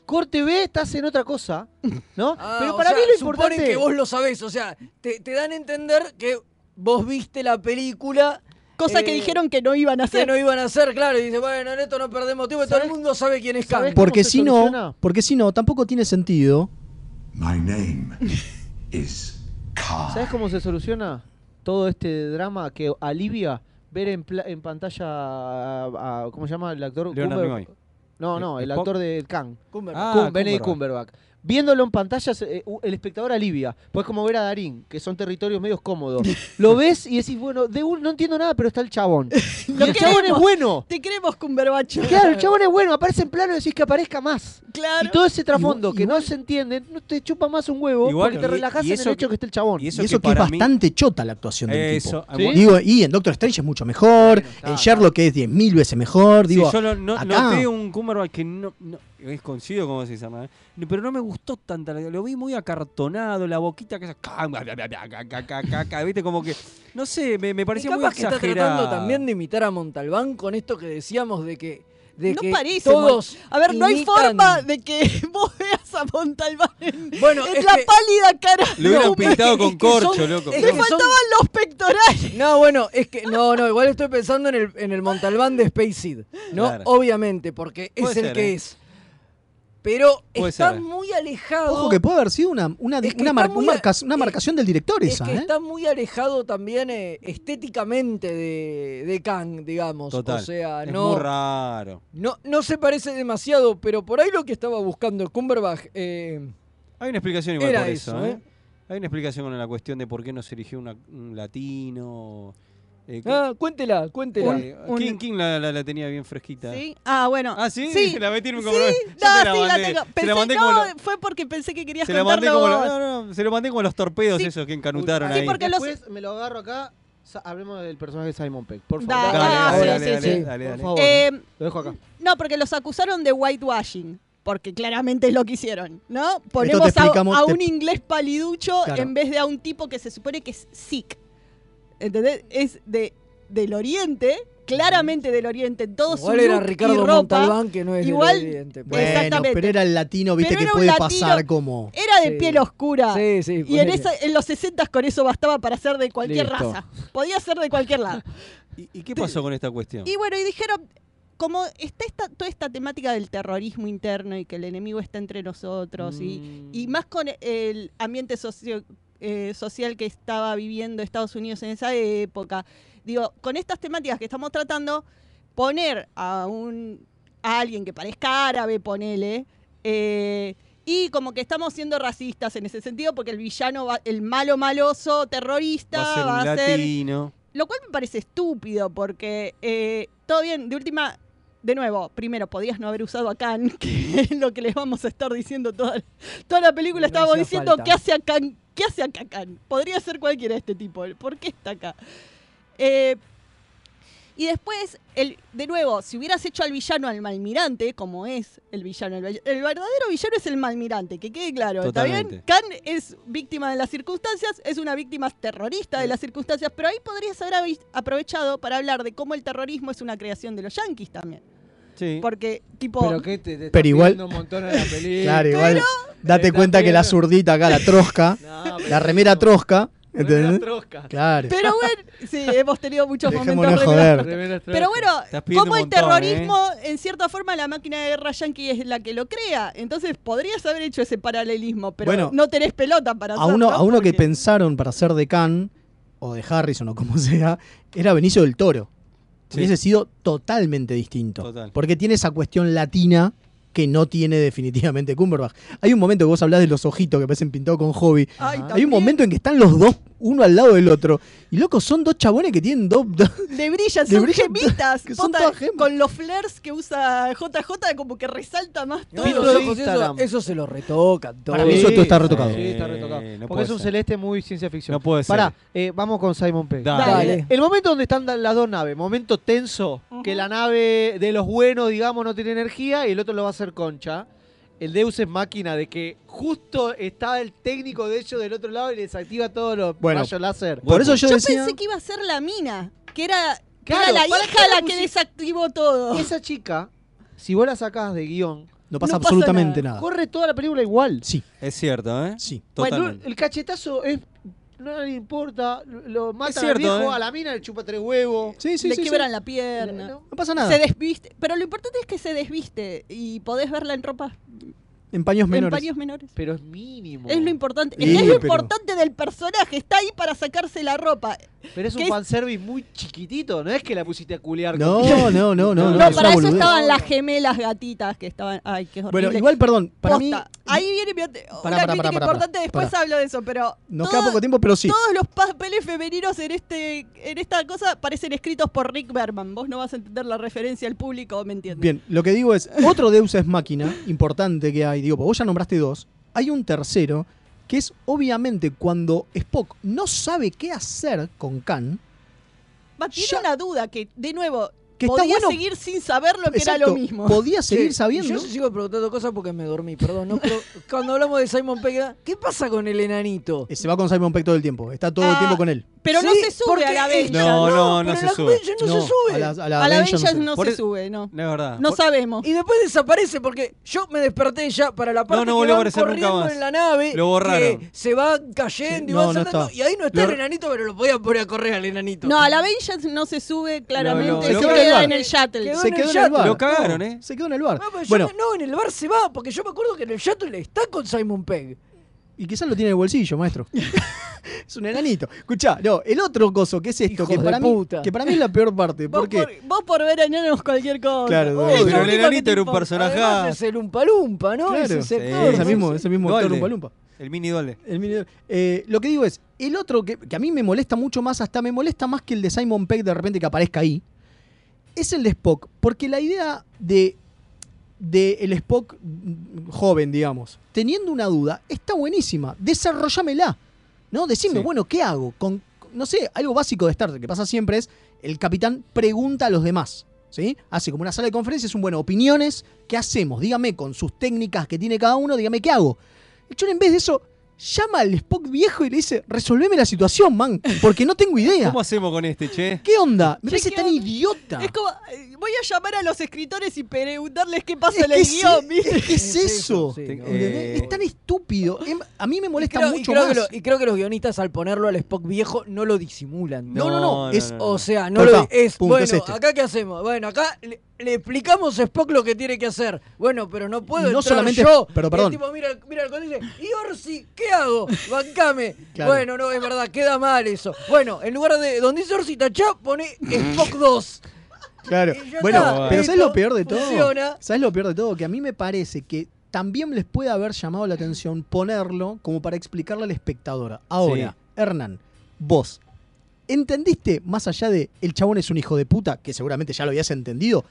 Speaker 5: Corte B, estás en otra cosa, ¿no?
Speaker 1: Ah,
Speaker 5: Pero
Speaker 1: o
Speaker 5: para
Speaker 1: sea,
Speaker 5: mí lo
Speaker 1: suponen
Speaker 5: importante...
Speaker 1: que vos lo sabés, o sea, te, te dan a entender que vos viste la película.
Speaker 4: Cosa que dijeron que no iban a
Speaker 1: Eh, Que
Speaker 4: hacer.
Speaker 1: no iban a hacer, claro, y dice, bueno, en esto no perdemos tiempo, todo el mundo sabe quién es Kang.
Speaker 3: Porque si no, porque si no, tampoco tiene sentido.
Speaker 21: My name is Khan.
Speaker 5: ¿Sabes cómo se soluciona todo este drama que alivia ver en, pla- en pantalla a, a- ¿Cómo se llama el actor?
Speaker 2: Leonard
Speaker 5: Cumber-
Speaker 2: Nimoy.
Speaker 5: No, no, el
Speaker 2: Spock.
Speaker 5: actor de Kang.
Speaker 1: Cumberbatch.
Speaker 2: Ah,
Speaker 5: Cum- Benedict
Speaker 2: Cumberbatch.
Speaker 5: Cumberbatch. Viéndolo en pantalla, se- eh, u- el espectador alivia. Pues como ver a Darín, que son territorios medios cómodos. Lo ves y decís, bueno, de un, no entiendo nada, pero está el chabón. Y el chabón es
Speaker 4: queremos.
Speaker 5: bueno.
Speaker 4: Te queremos, Cumberbatch.
Speaker 5: Claro, el chabón es bueno, aparece en plano y decís que aparezca más.
Speaker 4: Claro.
Speaker 5: Y todo ese trasfondo que no se entiende, no te chupa más un huevo
Speaker 2: Igual,
Speaker 5: porque te
Speaker 2: y-
Speaker 5: relajás
Speaker 2: y
Speaker 5: en
Speaker 2: eso
Speaker 5: el hecho
Speaker 2: que-
Speaker 5: que, está el chabón.
Speaker 2: y
Speaker 3: Y eso que es bastante chota la actuación del
Speaker 2: Eso, ah, ¿eh?
Speaker 3: tipo.
Speaker 2: ¿Sí?
Speaker 3: Digo, y en Doctor Strange es mucho mejor, en Sherlock es 10.000 veces mejor,
Speaker 2: Sí,
Speaker 3: digo,
Speaker 2: yo no, no-
Speaker 3: acá-
Speaker 2: noté un Cumberbatch que no, no- es coincido como se llama, ¿eh? No, pero no me gustó tanta, la- lo vi muy acartonado, la boquita que se- ca- bla, bla, bla, bla, ca- ca- ca- ca- ca- viste como que no sé, me, me
Speaker 1: Y
Speaker 2: parecía muy
Speaker 1: capaz que está tratando
Speaker 2: exagerado.
Speaker 1: también de imitar a Montalbán con esto que decíamos de que, de
Speaker 4: no
Speaker 1: que
Speaker 4: parece.
Speaker 1: todos.
Speaker 4: Mon- A ver, no hay
Speaker 1: imitan-
Speaker 4: forma de que vos veas a Montalbán en,
Speaker 1: Bueno,
Speaker 4: en
Speaker 1: es
Speaker 4: la
Speaker 1: que-
Speaker 4: pálida cara.
Speaker 2: Lo hubieran
Speaker 1: No,
Speaker 2: pintado
Speaker 1: es
Speaker 2: con
Speaker 1: que
Speaker 2: corcho,
Speaker 1: son-
Speaker 2: loco.
Speaker 1: es
Speaker 2: No.
Speaker 1: que
Speaker 4: Faltaban
Speaker 1: son-
Speaker 4: los pectorales.
Speaker 1: No, bueno, es que no, no, igual estoy pensando en el, en el Montalbán de Space Seed, ¿no?
Speaker 2: Claro.
Speaker 1: Obviamente, porque es
Speaker 2: Puede
Speaker 1: el
Speaker 2: ser,
Speaker 1: que
Speaker 2: ¿eh?
Speaker 1: es. Pero
Speaker 2: Puede
Speaker 1: está
Speaker 2: ser.
Speaker 1: muy alejado.
Speaker 3: ojo que puede haber sido una, una,
Speaker 1: Es que
Speaker 3: una
Speaker 1: está
Speaker 3: mar-
Speaker 1: muy
Speaker 3: un
Speaker 1: a-
Speaker 3: marcas- una marcación del director
Speaker 1: es
Speaker 3: esa,
Speaker 1: que
Speaker 3: ¿eh?
Speaker 1: está muy alejado también eh, estéticamente de, de Kang, digamos.
Speaker 2: Total.
Speaker 1: O sea,
Speaker 2: es
Speaker 1: no,
Speaker 2: muy raro.
Speaker 1: no, no se parece demasiado, pero por ahí lo que estaba buscando Cumberbatch. eh,
Speaker 2: Hay una explicación igual
Speaker 1: Era
Speaker 2: por eso,
Speaker 1: eso,
Speaker 2: ¿eh?
Speaker 1: ¿eh?
Speaker 2: Hay una explicación con la cuestión de por qué no se eligió una- un latino. eh, que-
Speaker 1: ah, cuéntela, cuéntela.
Speaker 2: eh, King, King la, la- la tenía bien fresquita.
Speaker 4: Sí. Ah, bueno.
Speaker 2: Ah, sí,
Speaker 4: Sí.
Speaker 2: la metí en un
Speaker 4: Sí,
Speaker 2: compromiso.
Speaker 4: no,
Speaker 2: Yo te la
Speaker 4: sí, la
Speaker 2: mandé.
Speaker 4: tengo.
Speaker 2: Se la
Speaker 4: Pensé-
Speaker 2: mandé como
Speaker 4: no,
Speaker 2: lo-
Speaker 4: fue porque pensé que querías
Speaker 2: se la mandé
Speaker 4: contarlo
Speaker 2: como lo-
Speaker 4: vos.
Speaker 2: no, no, se lo mandé como los torpedos
Speaker 4: Sí.
Speaker 2: esos que encanutaron
Speaker 4: Sí,
Speaker 2: ahí.
Speaker 4: porque los-
Speaker 5: Después me lo agarro acá. sa- hablemos del personaje de Simon Peck, por favor.
Speaker 4: Dale,
Speaker 2: Dale,
Speaker 4: ah,
Speaker 2: dale,
Speaker 4: sí,
Speaker 2: dale, dale,
Speaker 4: sí, sí.
Speaker 2: dale,
Speaker 5: Por
Speaker 2: dale.
Speaker 5: favor.
Speaker 4: Eh,
Speaker 5: lo dejo acá.
Speaker 4: No, porque los acusaron de whitewashing. Porque claramente es lo que hicieron, ¿no?
Speaker 3: te
Speaker 4: Ponemos a,
Speaker 3: explicamos-
Speaker 4: a
Speaker 3: te-
Speaker 4: un inglés paliducho
Speaker 3: Claro.
Speaker 4: en vez de a un tipo que se supone que es sick. ¿Entendés? Es de, del oriente, claramente del oriente, en todo
Speaker 1: Igual
Speaker 4: su
Speaker 1: era
Speaker 4: look y
Speaker 1: Ricardo
Speaker 4: ropa.
Speaker 1: Montalbán, que no es del
Speaker 4: igual-
Speaker 1: Oriente, pero-
Speaker 3: Bueno,
Speaker 4: exactamente.
Speaker 3: pero era el latino, viste,
Speaker 4: Pero
Speaker 3: que
Speaker 4: era un
Speaker 3: puede
Speaker 4: latino-
Speaker 3: pasar como...
Speaker 4: Era de
Speaker 1: Sí.
Speaker 4: piel oscura.
Speaker 1: Sí, sí,
Speaker 4: y en,
Speaker 1: ponele.
Speaker 4: esa- en los 60 con eso bastaba para ser de cualquier
Speaker 5: Listo.
Speaker 4: raza. Podía ser de cualquier lado.
Speaker 2: ¿Y, y qué pasó con esta cuestión?
Speaker 4: Y bueno, y dijeron, como está esta, toda esta temática del terrorismo interno y que el enemigo está entre nosotros,
Speaker 2: Mm.
Speaker 4: y, y más con el ambiente socio- eh, social que estaba viviendo Estados Unidos en esa época, digo, con estas temáticas que estamos tratando, poner a un a alguien que parezca árabe, ponele, eh, y como que estamos siendo racistas en ese sentido, porque el villano, va- el malo maloso terrorista
Speaker 2: va a ser un latino.
Speaker 4: lo cual me parece estúpido porque eh, todo bien, de última, de nuevo, primero podías no haber usado a Khan, que es lo que les vamos a estar diciendo toda, toda la película.
Speaker 1: No
Speaker 4: Estábamos
Speaker 1: hacía
Speaker 4: diciendo
Speaker 1: falta.
Speaker 4: qué hace acá, qué hace acá Khan. Podría ser cualquiera este tipo, ¿por qué está acá? Eh, y después, el, de nuevo, si hubieras hecho al villano al malmirante, como es el villano, el, vall- el verdadero villano es el malmirante, que quede claro,
Speaker 2: Totalmente.
Speaker 4: ¿está bien? Khan es víctima de las circunstancias, es una víctima terrorista de las circunstancias, pero ahí podrías haber avi- aprovechado para hablar de cómo el terrorismo es una creación de los yanquis también.
Speaker 2: Sí.
Speaker 4: Porque, tipo,
Speaker 5: Pero que te, te está
Speaker 3: Pero igual-
Speaker 5: pidiendo un montón a la película.
Speaker 3: Claro, igual, date
Speaker 5: Está
Speaker 3: cuenta que la
Speaker 5: bien.
Speaker 3: zurdita acá, la trosca,
Speaker 5: No, pero-
Speaker 3: la remera trosca,
Speaker 5: Remeras
Speaker 3: ¿entendés?
Speaker 5: troscas.
Speaker 3: Claro.
Speaker 4: pero bueno, sí, hemos tenido muchos momentos
Speaker 3: Dejémonos
Speaker 4: de
Speaker 3: joder.
Speaker 5: Remeras troscas.
Speaker 4: Pero bueno,
Speaker 2: Estás pidiendo
Speaker 4: como
Speaker 2: un
Speaker 4: el
Speaker 3: ¿eh?
Speaker 2: montón,
Speaker 4: terrorismo, en cierta forma, la máquina de guerra yanqui es la que lo crea. Entonces podrías haber hecho ese paralelismo, pero
Speaker 3: Bueno,
Speaker 4: no tenés pelota para
Speaker 3: A
Speaker 4: hacerlo.
Speaker 3: uno, a uno que
Speaker 4: porque-
Speaker 3: pensaron para ser de Khan, o de Harrison o como sea, era Benicio del Toro.
Speaker 2: Sí.
Speaker 3: Hubiese sido totalmente distinto.
Speaker 2: Total.
Speaker 3: Porque tiene esa cuestión latina que no tiene definitivamente Cumberbatch. Hay un momento que vos hablás de los ojitos que parecen pintados con hobby.
Speaker 4: Ay,
Speaker 3: Hay un momento en que están los dos, uno al lado del otro. Y loco, son dos chabones que tienen dos. dos-
Speaker 4: Le brillan,
Speaker 3: Le
Speaker 4: son
Speaker 3: brillan
Speaker 4: gemitas.
Speaker 3: que son
Speaker 4: posta,
Speaker 3: todas
Speaker 4: Con los flares que usa JJ, como que resalta más todo.
Speaker 1: Pero
Speaker 5: de
Speaker 1: eso- eso,
Speaker 5: Instagram.
Speaker 1: eso se lo retocan todo.
Speaker 3: Para mí eso todo está retocado.
Speaker 5: Sí, está retocado.
Speaker 2: Eh, no
Speaker 5: Porque
Speaker 2: puede
Speaker 5: es un
Speaker 2: ser.
Speaker 5: celeste muy ciencia ficción.
Speaker 2: No puede ser.
Speaker 5: Pará, eh, vamos con Simon Pegg.
Speaker 2: Dale.
Speaker 1: Dale.
Speaker 5: El momento donde están las dos naves, momento tenso, que la nave de los buenos, digamos, no tiene energía y el otro lo va a hacer concha. El Deus es máquina de que justo estaba el técnico de ellos del otro lado y les activa todos los
Speaker 3: Bueno,
Speaker 5: rayos láser.
Speaker 3: por eso yo decía-
Speaker 4: pensé que iba a ser la mina, que era, que
Speaker 5: Claro,
Speaker 4: era la
Speaker 5: ¿para
Speaker 4: hija
Speaker 5: qué la
Speaker 4: la que
Speaker 5: pusi-
Speaker 4: desactivó todo.
Speaker 5: Esa chica, si vos la sacás de guión,
Speaker 3: No pasa absolutamente nada.
Speaker 5: corre toda la película igual.
Speaker 3: Sí.
Speaker 2: Es cierto, ¿eh?
Speaker 3: Sí.
Speaker 5: Bueno,
Speaker 2: Totalmente.
Speaker 5: el cachetazo es. No le importa, lo matan
Speaker 2: cierto,
Speaker 5: al viejo,
Speaker 2: ¿eh?
Speaker 5: a la mina le chupa tres huevos.
Speaker 3: Sí, sí,
Speaker 4: le
Speaker 3: sí, sí.
Speaker 4: quiebran la pierna.
Speaker 5: No,
Speaker 3: no pasa nada.
Speaker 4: Se desviste. Pero lo importante es que se desviste y podés verla en ropa
Speaker 3: En paños
Speaker 4: en
Speaker 3: menores.
Speaker 4: varios menores.
Speaker 5: Pero es mínimo.
Speaker 4: Es lo importante.
Speaker 3: Sí,
Speaker 4: es lo
Speaker 3: pero-
Speaker 4: importante del personaje. Está ahí para sacarse la ropa.
Speaker 5: Pero es un
Speaker 4: ¿Qué es?
Speaker 5: fanservice muy chiquitito, no es que la pusiste a culiar.
Speaker 3: No,
Speaker 5: con-
Speaker 3: no, no, no, no.
Speaker 4: No,
Speaker 3: es una
Speaker 4: para eso
Speaker 3: boludez.
Speaker 4: estaban las gemelas gatitas que estaban. Ay, qué horrible.
Speaker 3: Bueno, igual, perdón, para mí.
Speaker 4: Posta, Ahí viene mi ante-
Speaker 3: Pará,
Speaker 4: una
Speaker 3: pará,
Speaker 4: crítica
Speaker 3: pará, pará,
Speaker 4: importante.
Speaker 3: pará,
Speaker 4: después
Speaker 3: pará.
Speaker 4: hablo de eso, pero.
Speaker 3: Nos
Speaker 4: toda-
Speaker 3: queda poco tiempo, pero sí.
Speaker 4: Todos los papeles femeninos en este en esta cosa parecen escritos por Rick Berman. Vos no vas a entender la referencia al público, ¿me entiendes?
Speaker 3: Bien, lo que digo es, otro Deus es máquina importante que hay, digo, porque vos ya nombraste dos, hay un tercero, que es obviamente cuando Spock no sabe qué hacer con Khan,
Speaker 4: Va, tiene
Speaker 3: Ya-
Speaker 4: una duda que, de nuevo,
Speaker 3: Que está
Speaker 4: podía
Speaker 3: bueno-
Speaker 4: seguir sin saberlo que era
Speaker 3: Exacto,
Speaker 4: lo mismo.
Speaker 3: podía seguir
Speaker 1: Che,
Speaker 3: sabiendo.
Speaker 1: Yo sigo preguntando cosas porque me dormí, perdón. no, pero cuando hablamos de Simon Pegg, ¿qué pasa con el enanito?
Speaker 3: Eh, Se va con Simon Peck todo el tiempo, está todo el
Speaker 4: Ah,
Speaker 3: tiempo con él.
Speaker 4: Pero no
Speaker 1: Sí,
Speaker 4: se sube
Speaker 1: porque
Speaker 4: a la
Speaker 1: esta-
Speaker 4: Avengers.
Speaker 2: No, no, no
Speaker 1: pero
Speaker 2: se
Speaker 1: la
Speaker 2: sube.
Speaker 1: Avengers no, se sube.
Speaker 3: A la,
Speaker 4: A la
Speaker 3: Avenger no
Speaker 4: Avengers
Speaker 3: se-
Speaker 4: no
Speaker 2: Por
Speaker 4: se
Speaker 2: eso-
Speaker 4: sube, no.
Speaker 2: No es verdad.
Speaker 4: No
Speaker 2: Por-
Speaker 4: sabemos.
Speaker 1: Y después desaparece porque yo me desperté ya para la parte que
Speaker 2: no volvió a
Speaker 1: van
Speaker 2: aparecer nunca
Speaker 1: corriendo
Speaker 2: más.
Speaker 1: en la nave.
Speaker 2: Lo borraron.
Speaker 1: que se va cayendo y
Speaker 3: Sí,
Speaker 1: van
Speaker 3: no, no
Speaker 1: saltando.
Speaker 3: está.
Speaker 1: y ahí no está
Speaker 3: Lo-
Speaker 1: el enanito, pero lo podían poner a correr al enanito.
Speaker 4: No, a la Avengers no se sube claramente.
Speaker 2: no,
Speaker 4: se
Speaker 2: no.
Speaker 4: queda
Speaker 3: Quedó
Speaker 4: en el shuttle.
Speaker 1: Quedó
Speaker 3: Se
Speaker 1: en
Speaker 3: quedó
Speaker 1: el
Speaker 3: en el
Speaker 1: shuttle.
Speaker 3: bar.
Speaker 2: Lo cagaron, ¿eh?
Speaker 3: Se quedó en el bar.
Speaker 1: No, pero yo
Speaker 3: Bueno,
Speaker 1: me- no, en el bar se va, porque yo me acuerdo que en el shuttle está con Simon Pegg.
Speaker 3: y quizás lo tiene en el bolsillo, maestro. es un enanito. Escuchá, no, el otro coso, que es esto,
Speaker 1: Hijos
Speaker 3: que
Speaker 1: de
Speaker 3: para,
Speaker 1: puta.
Speaker 3: Mí, que para mí es la peor parte,
Speaker 4: Vos,
Speaker 3: porque...
Speaker 4: por, vos por ver enanos cualquier cosa.
Speaker 3: Claro,
Speaker 4: Uy,
Speaker 3: obvio.
Speaker 4: lo
Speaker 2: Pero el
Speaker 4: único que
Speaker 2: enanito
Speaker 4: te
Speaker 2: era un
Speaker 4: importa.
Speaker 2: personaje.
Speaker 1: Además es el Umpalumpa, ¿no?
Speaker 3: Claro.
Speaker 1: Ese
Speaker 3: Sí,
Speaker 1: sector.
Speaker 3: es el mismo, es el mismo actor
Speaker 2: Duende.
Speaker 3: Lumpa Lumpa.
Speaker 2: El mini dole.
Speaker 3: El mini- eh, lo que digo es, el otro que, que a mí me molesta mucho más, hasta me molesta más que el de Simon Peck de repente que aparezca ahí, es el de Spock. Porque la idea de, de el Spock mm, joven, digamos, teniendo una duda, está buenísima. Desarrollámela. ¿No? Decime,
Speaker 2: Sí.
Speaker 3: bueno, ¿qué hago? Con, no sé, algo básico de Star Trek que pasa siempre es el capitán pregunta a los demás. ¿Sí? Hace como una sala de conferencias, un bueno, opiniones, ¿qué hacemos? Dígame con sus técnicas que tiene cada uno, dígame qué hago. El chon en vez de eso llama al Spock viejo y le dice, resolveme la situación, man, porque no tengo idea.
Speaker 2: ¿Cómo hacemos con este, che?
Speaker 3: ¿Qué onda? Me
Speaker 4: Che,
Speaker 3: parece
Speaker 4: ¿qué
Speaker 3: tan
Speaker 4: onda?
Speaker 3: idiota.
Speaker 4: Es como, eh, voy a llamar a los escritores y preguntarles qué pasa
Speaker 3: Es
Speaker 4: en el
Speaker 3: que
Speaker 4: guión,
Speaker 3: es-
Speaker 4: ¿viste?
Speaker 3: es que es eso.
Speaker 1: sí, no.
Speaker 2: Eh,
Speaker 3: ¿Entendés? Es tan estúpido. Em, A mí me molesta
Speaker 1: Y creo- y
Speaker 3: mucho
Speaker 1: creo
Speaker 3: más.
Speaker 1: que lo- y creo que los guionistas al ponerlo al Spock viejo no lo disimulan.
Speaker 3: No, no, no, es-
Speaker 1: O
Speaker 4: Mm.
Speaker 1: sea, no
Speaker 3: Cortá,
Speaker 1: lo es
Speaker 3: punto,
Speaker 1: bueno,
Speaker 3: es este.
Speaker 1: acá qué hacemos? Bueno, acá le, le explicamos a Spock lo que tiene que hacer. Bueno, pero no puedo
Speaker 3: Y no
Speaker 1: entrar
Speaker 3: solamente-
Speaker 1: yo.
Speaker 3: pero
Speaker 1: Y
Speaker 3: perdón.
Speaker 1: El tipo mira, mira el código y dice, "Y Orsi, ¿qué hago? Bancame."
Speaker 3: Claro.
Speaker 1: Bueno, no, es verdad, queda mal eso. Bueno, en lugar de donde dice Orsi tachá, pone Spock 2.
Speaker 3: Claro.
Speaker 1: Y ya
Speaker 3: Bueno,
Speaker 1: está,
Speaker 3: pero
Speaker 1: listo,
Speaker 3: ¿sabes lo peor de todo?
Speaker 1: funciona.
Speaker 3: ¿Sabes lo peor de todo? Que a mí me parece que también les puede haber llamado la atención ponerlo como para explicarle al espectador. Ahora, Hernán, vos, ¿entendiste más allá de el chabón es un hijo de puta, que seguramente ya lo habías entendido?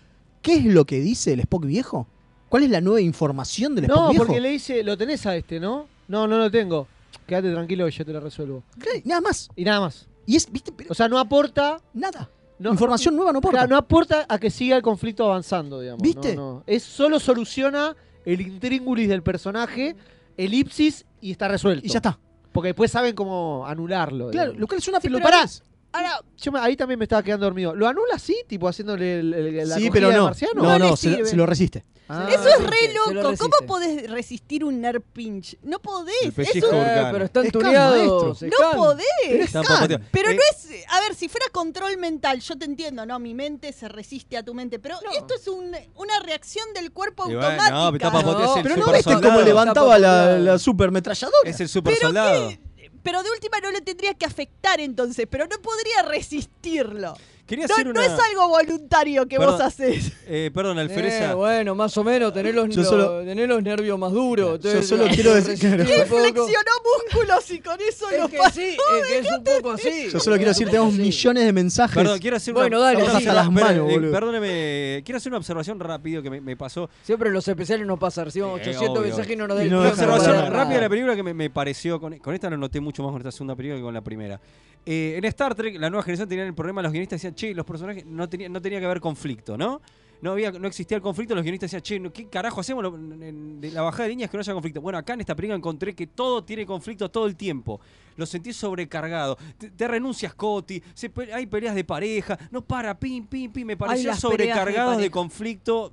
Speaker 3: ¿Qué es lo que dice el Spock viejo? ¿Cuál es la nueva información del Spock
Speaker 5: No,
Speaker 3: viejo?
Speaker 5: porque le dice, lo tenés a este, ¿no? No, no lo tengo. Quédate tranquilo que yo te lo resuelvo.
Speaker 3: Claro, Nada más.
Speaker 5: Y nada más.
Speaker 3: Y es, viste, pero
Speaker 5: O sea, no aporta.
Speaker 3: nada.
Speaker 5: No,
Speaker 3: información nueva no aporta.
Speaker 5: Claro, no aporta a que siga el conflicto avanzando, digamos.
Speaker 3: ¿Viste?
Speaker 5: No, no. Es solo soluciona el intríngulis del personaje, elipsis y está resuelto.
Speaker 3: Y ya está.
Speaker 5: Porque después saben cómo anularlo.
Speaker 3: Claro,
Speaker 5: digamos.
Speaker 3: lo cual es una
Speaker 5: Sí, pero
Speaker 3: pelota.
Speaker 5: Ahora, yo me- ahí también me estaba quedando dormido. ¿Lo anula así? Tipo haciéndole el, el- la
Speaker 3: Sí,
Speaker 5: cogida
Speaker 3: pero
Speaker 5: de
Speaker 3: no.
Speaker 5: marciano.
Speaker 3: No,
Speaker 4: No
Speaker 3: no,
Speaker 4: le
Speaker 3: se, lo-
Speaker 4: sirve.
Speaker 3: se lo resiste.
Speaker 5: Ah.
Speaker 4: Eso es
Speaker 1: resiste,
Speaker 4: re
Speaker 1: se lo
Speaker 4: loco.
Speaker 1: resiste.
Speaker 4: ¿Cómo podés resistir un nerf pinch? No
Speaker 2: El
Speaker 4: podés. Es
Speaker 2: pellizco
Speaker 4: un-
Speaker 2: de
Speaker 1: Eh,
Speaker 2: Vulcano.
Speaker 1: pero están
Speaker 3: Es Khan,
Speaker 1: tuneados. es
Speaker 4: No
Speaker 1: Khan.
Speaker 4: podés.
Speaker 2: Está
Speaker 3: Khan.
Speaker 2: papoteado.
Speaker 4: Pero
Speaker 2: Eh,
Speaker 4: no es. A ver, si fuera control mental, yo te entiendo, ¿no? Mi mente se resiste a tu mente. Pero esto es un- una reacción del cuerpo
Speaker 2: y bueno,
Speaker 4: automática.
Speaker 2: No, pero está papoteado, es el
Speaker 3: Pero no
Speaker 2: super
Speaker 3: viste
Speaker 2: soldado.
Speaker 3: cómo levantaba la,
Speaker 1: Tampoco-
Speaker 3: la supermetralladora.
Speaker 2: Es el super soldado.
Speaker 4: Pero pero de última no lo tendría que afectar entonces, pero no podría resistirlo.
Speaker 2: Quería
Speaker 4: no,
Speaker 2: hacer
Speaker 4: no
Speaker 2: una-
Speaker 4: es algo voluntario que vos
Speaker 2: Perdón.
Speaker 4: haces.
Speaker 2: Eh, perdón, Alfereza.
Speaker 1: Eh, bueno, más o menos, tenés los,
Speaker 2: Yo
Speaker 1: los-
Speaker 2: solo-
Speaker 1: tenés los nervios más duros.
Speaker 2: Yo solo quiero decir-
Speaker 1: resistí
Speaker 4: Que
Speaker 1: un poco.
Speaker 4: flexionó músculos y con eso
Speaker 1: Es
Speaker 4: lo
Speaker 1: que
Speaker 4: pasó.
Speaker 1: sí, es que es un poco así.
Speaker 3: Yo solo quiero decir, tenemos millones de mensajes.
Speaker 2: Perdón, quiero hacer una-
Speaker 3: Estamos
Speaker 2: una-
Speaker 3: hasta las
Speaker 2: espera,
Speaker 3: manos,
Speaker 2: eh,
Speaker 3: boludo.
Speaker 2: Perdóneme, quiero hacer una observación rápido que me, me pasó.
Speaker 1: Siempre los especiales nos pasan, recibimos
Speaker 2: Eh,
Speaker 1: 800
Speaker 2: obvio. Ah,
Speaker 1: mensajes y no nos da el
Speaker 2: Una
Speaker 1: tiempo
Speaker 2: observación
Speaker 1: para nada.
Speaker 2: rápida de la película que me, me pareció, con, con esta lo noté mucho más con esta segunda película que con la primera. Eh, en Star Trek, la nueva generación tenían el problema, los guionistas decían, che, los personajes no, tenían- no tenía que haber conflicto, ¿no? No, había, no existía el conflicto, los guionistas decían, che, no, ¿qué carajo hacemos lo- en- en- de la bajada de líneas que no haya conflicto? Bueno, acá en esta película encontré que todo tiene conflicto todo el tiempo. Lo sentí sobrecargado. Te, te renuncias, Coti, se pe- hay peleas de pareja, no para, pim, pim, pim. Me pareció
Speaker 1: las peleas de
Speaker 2: sobrecargados de,
Speaker 1: pareja.
Speaker 2: conflicto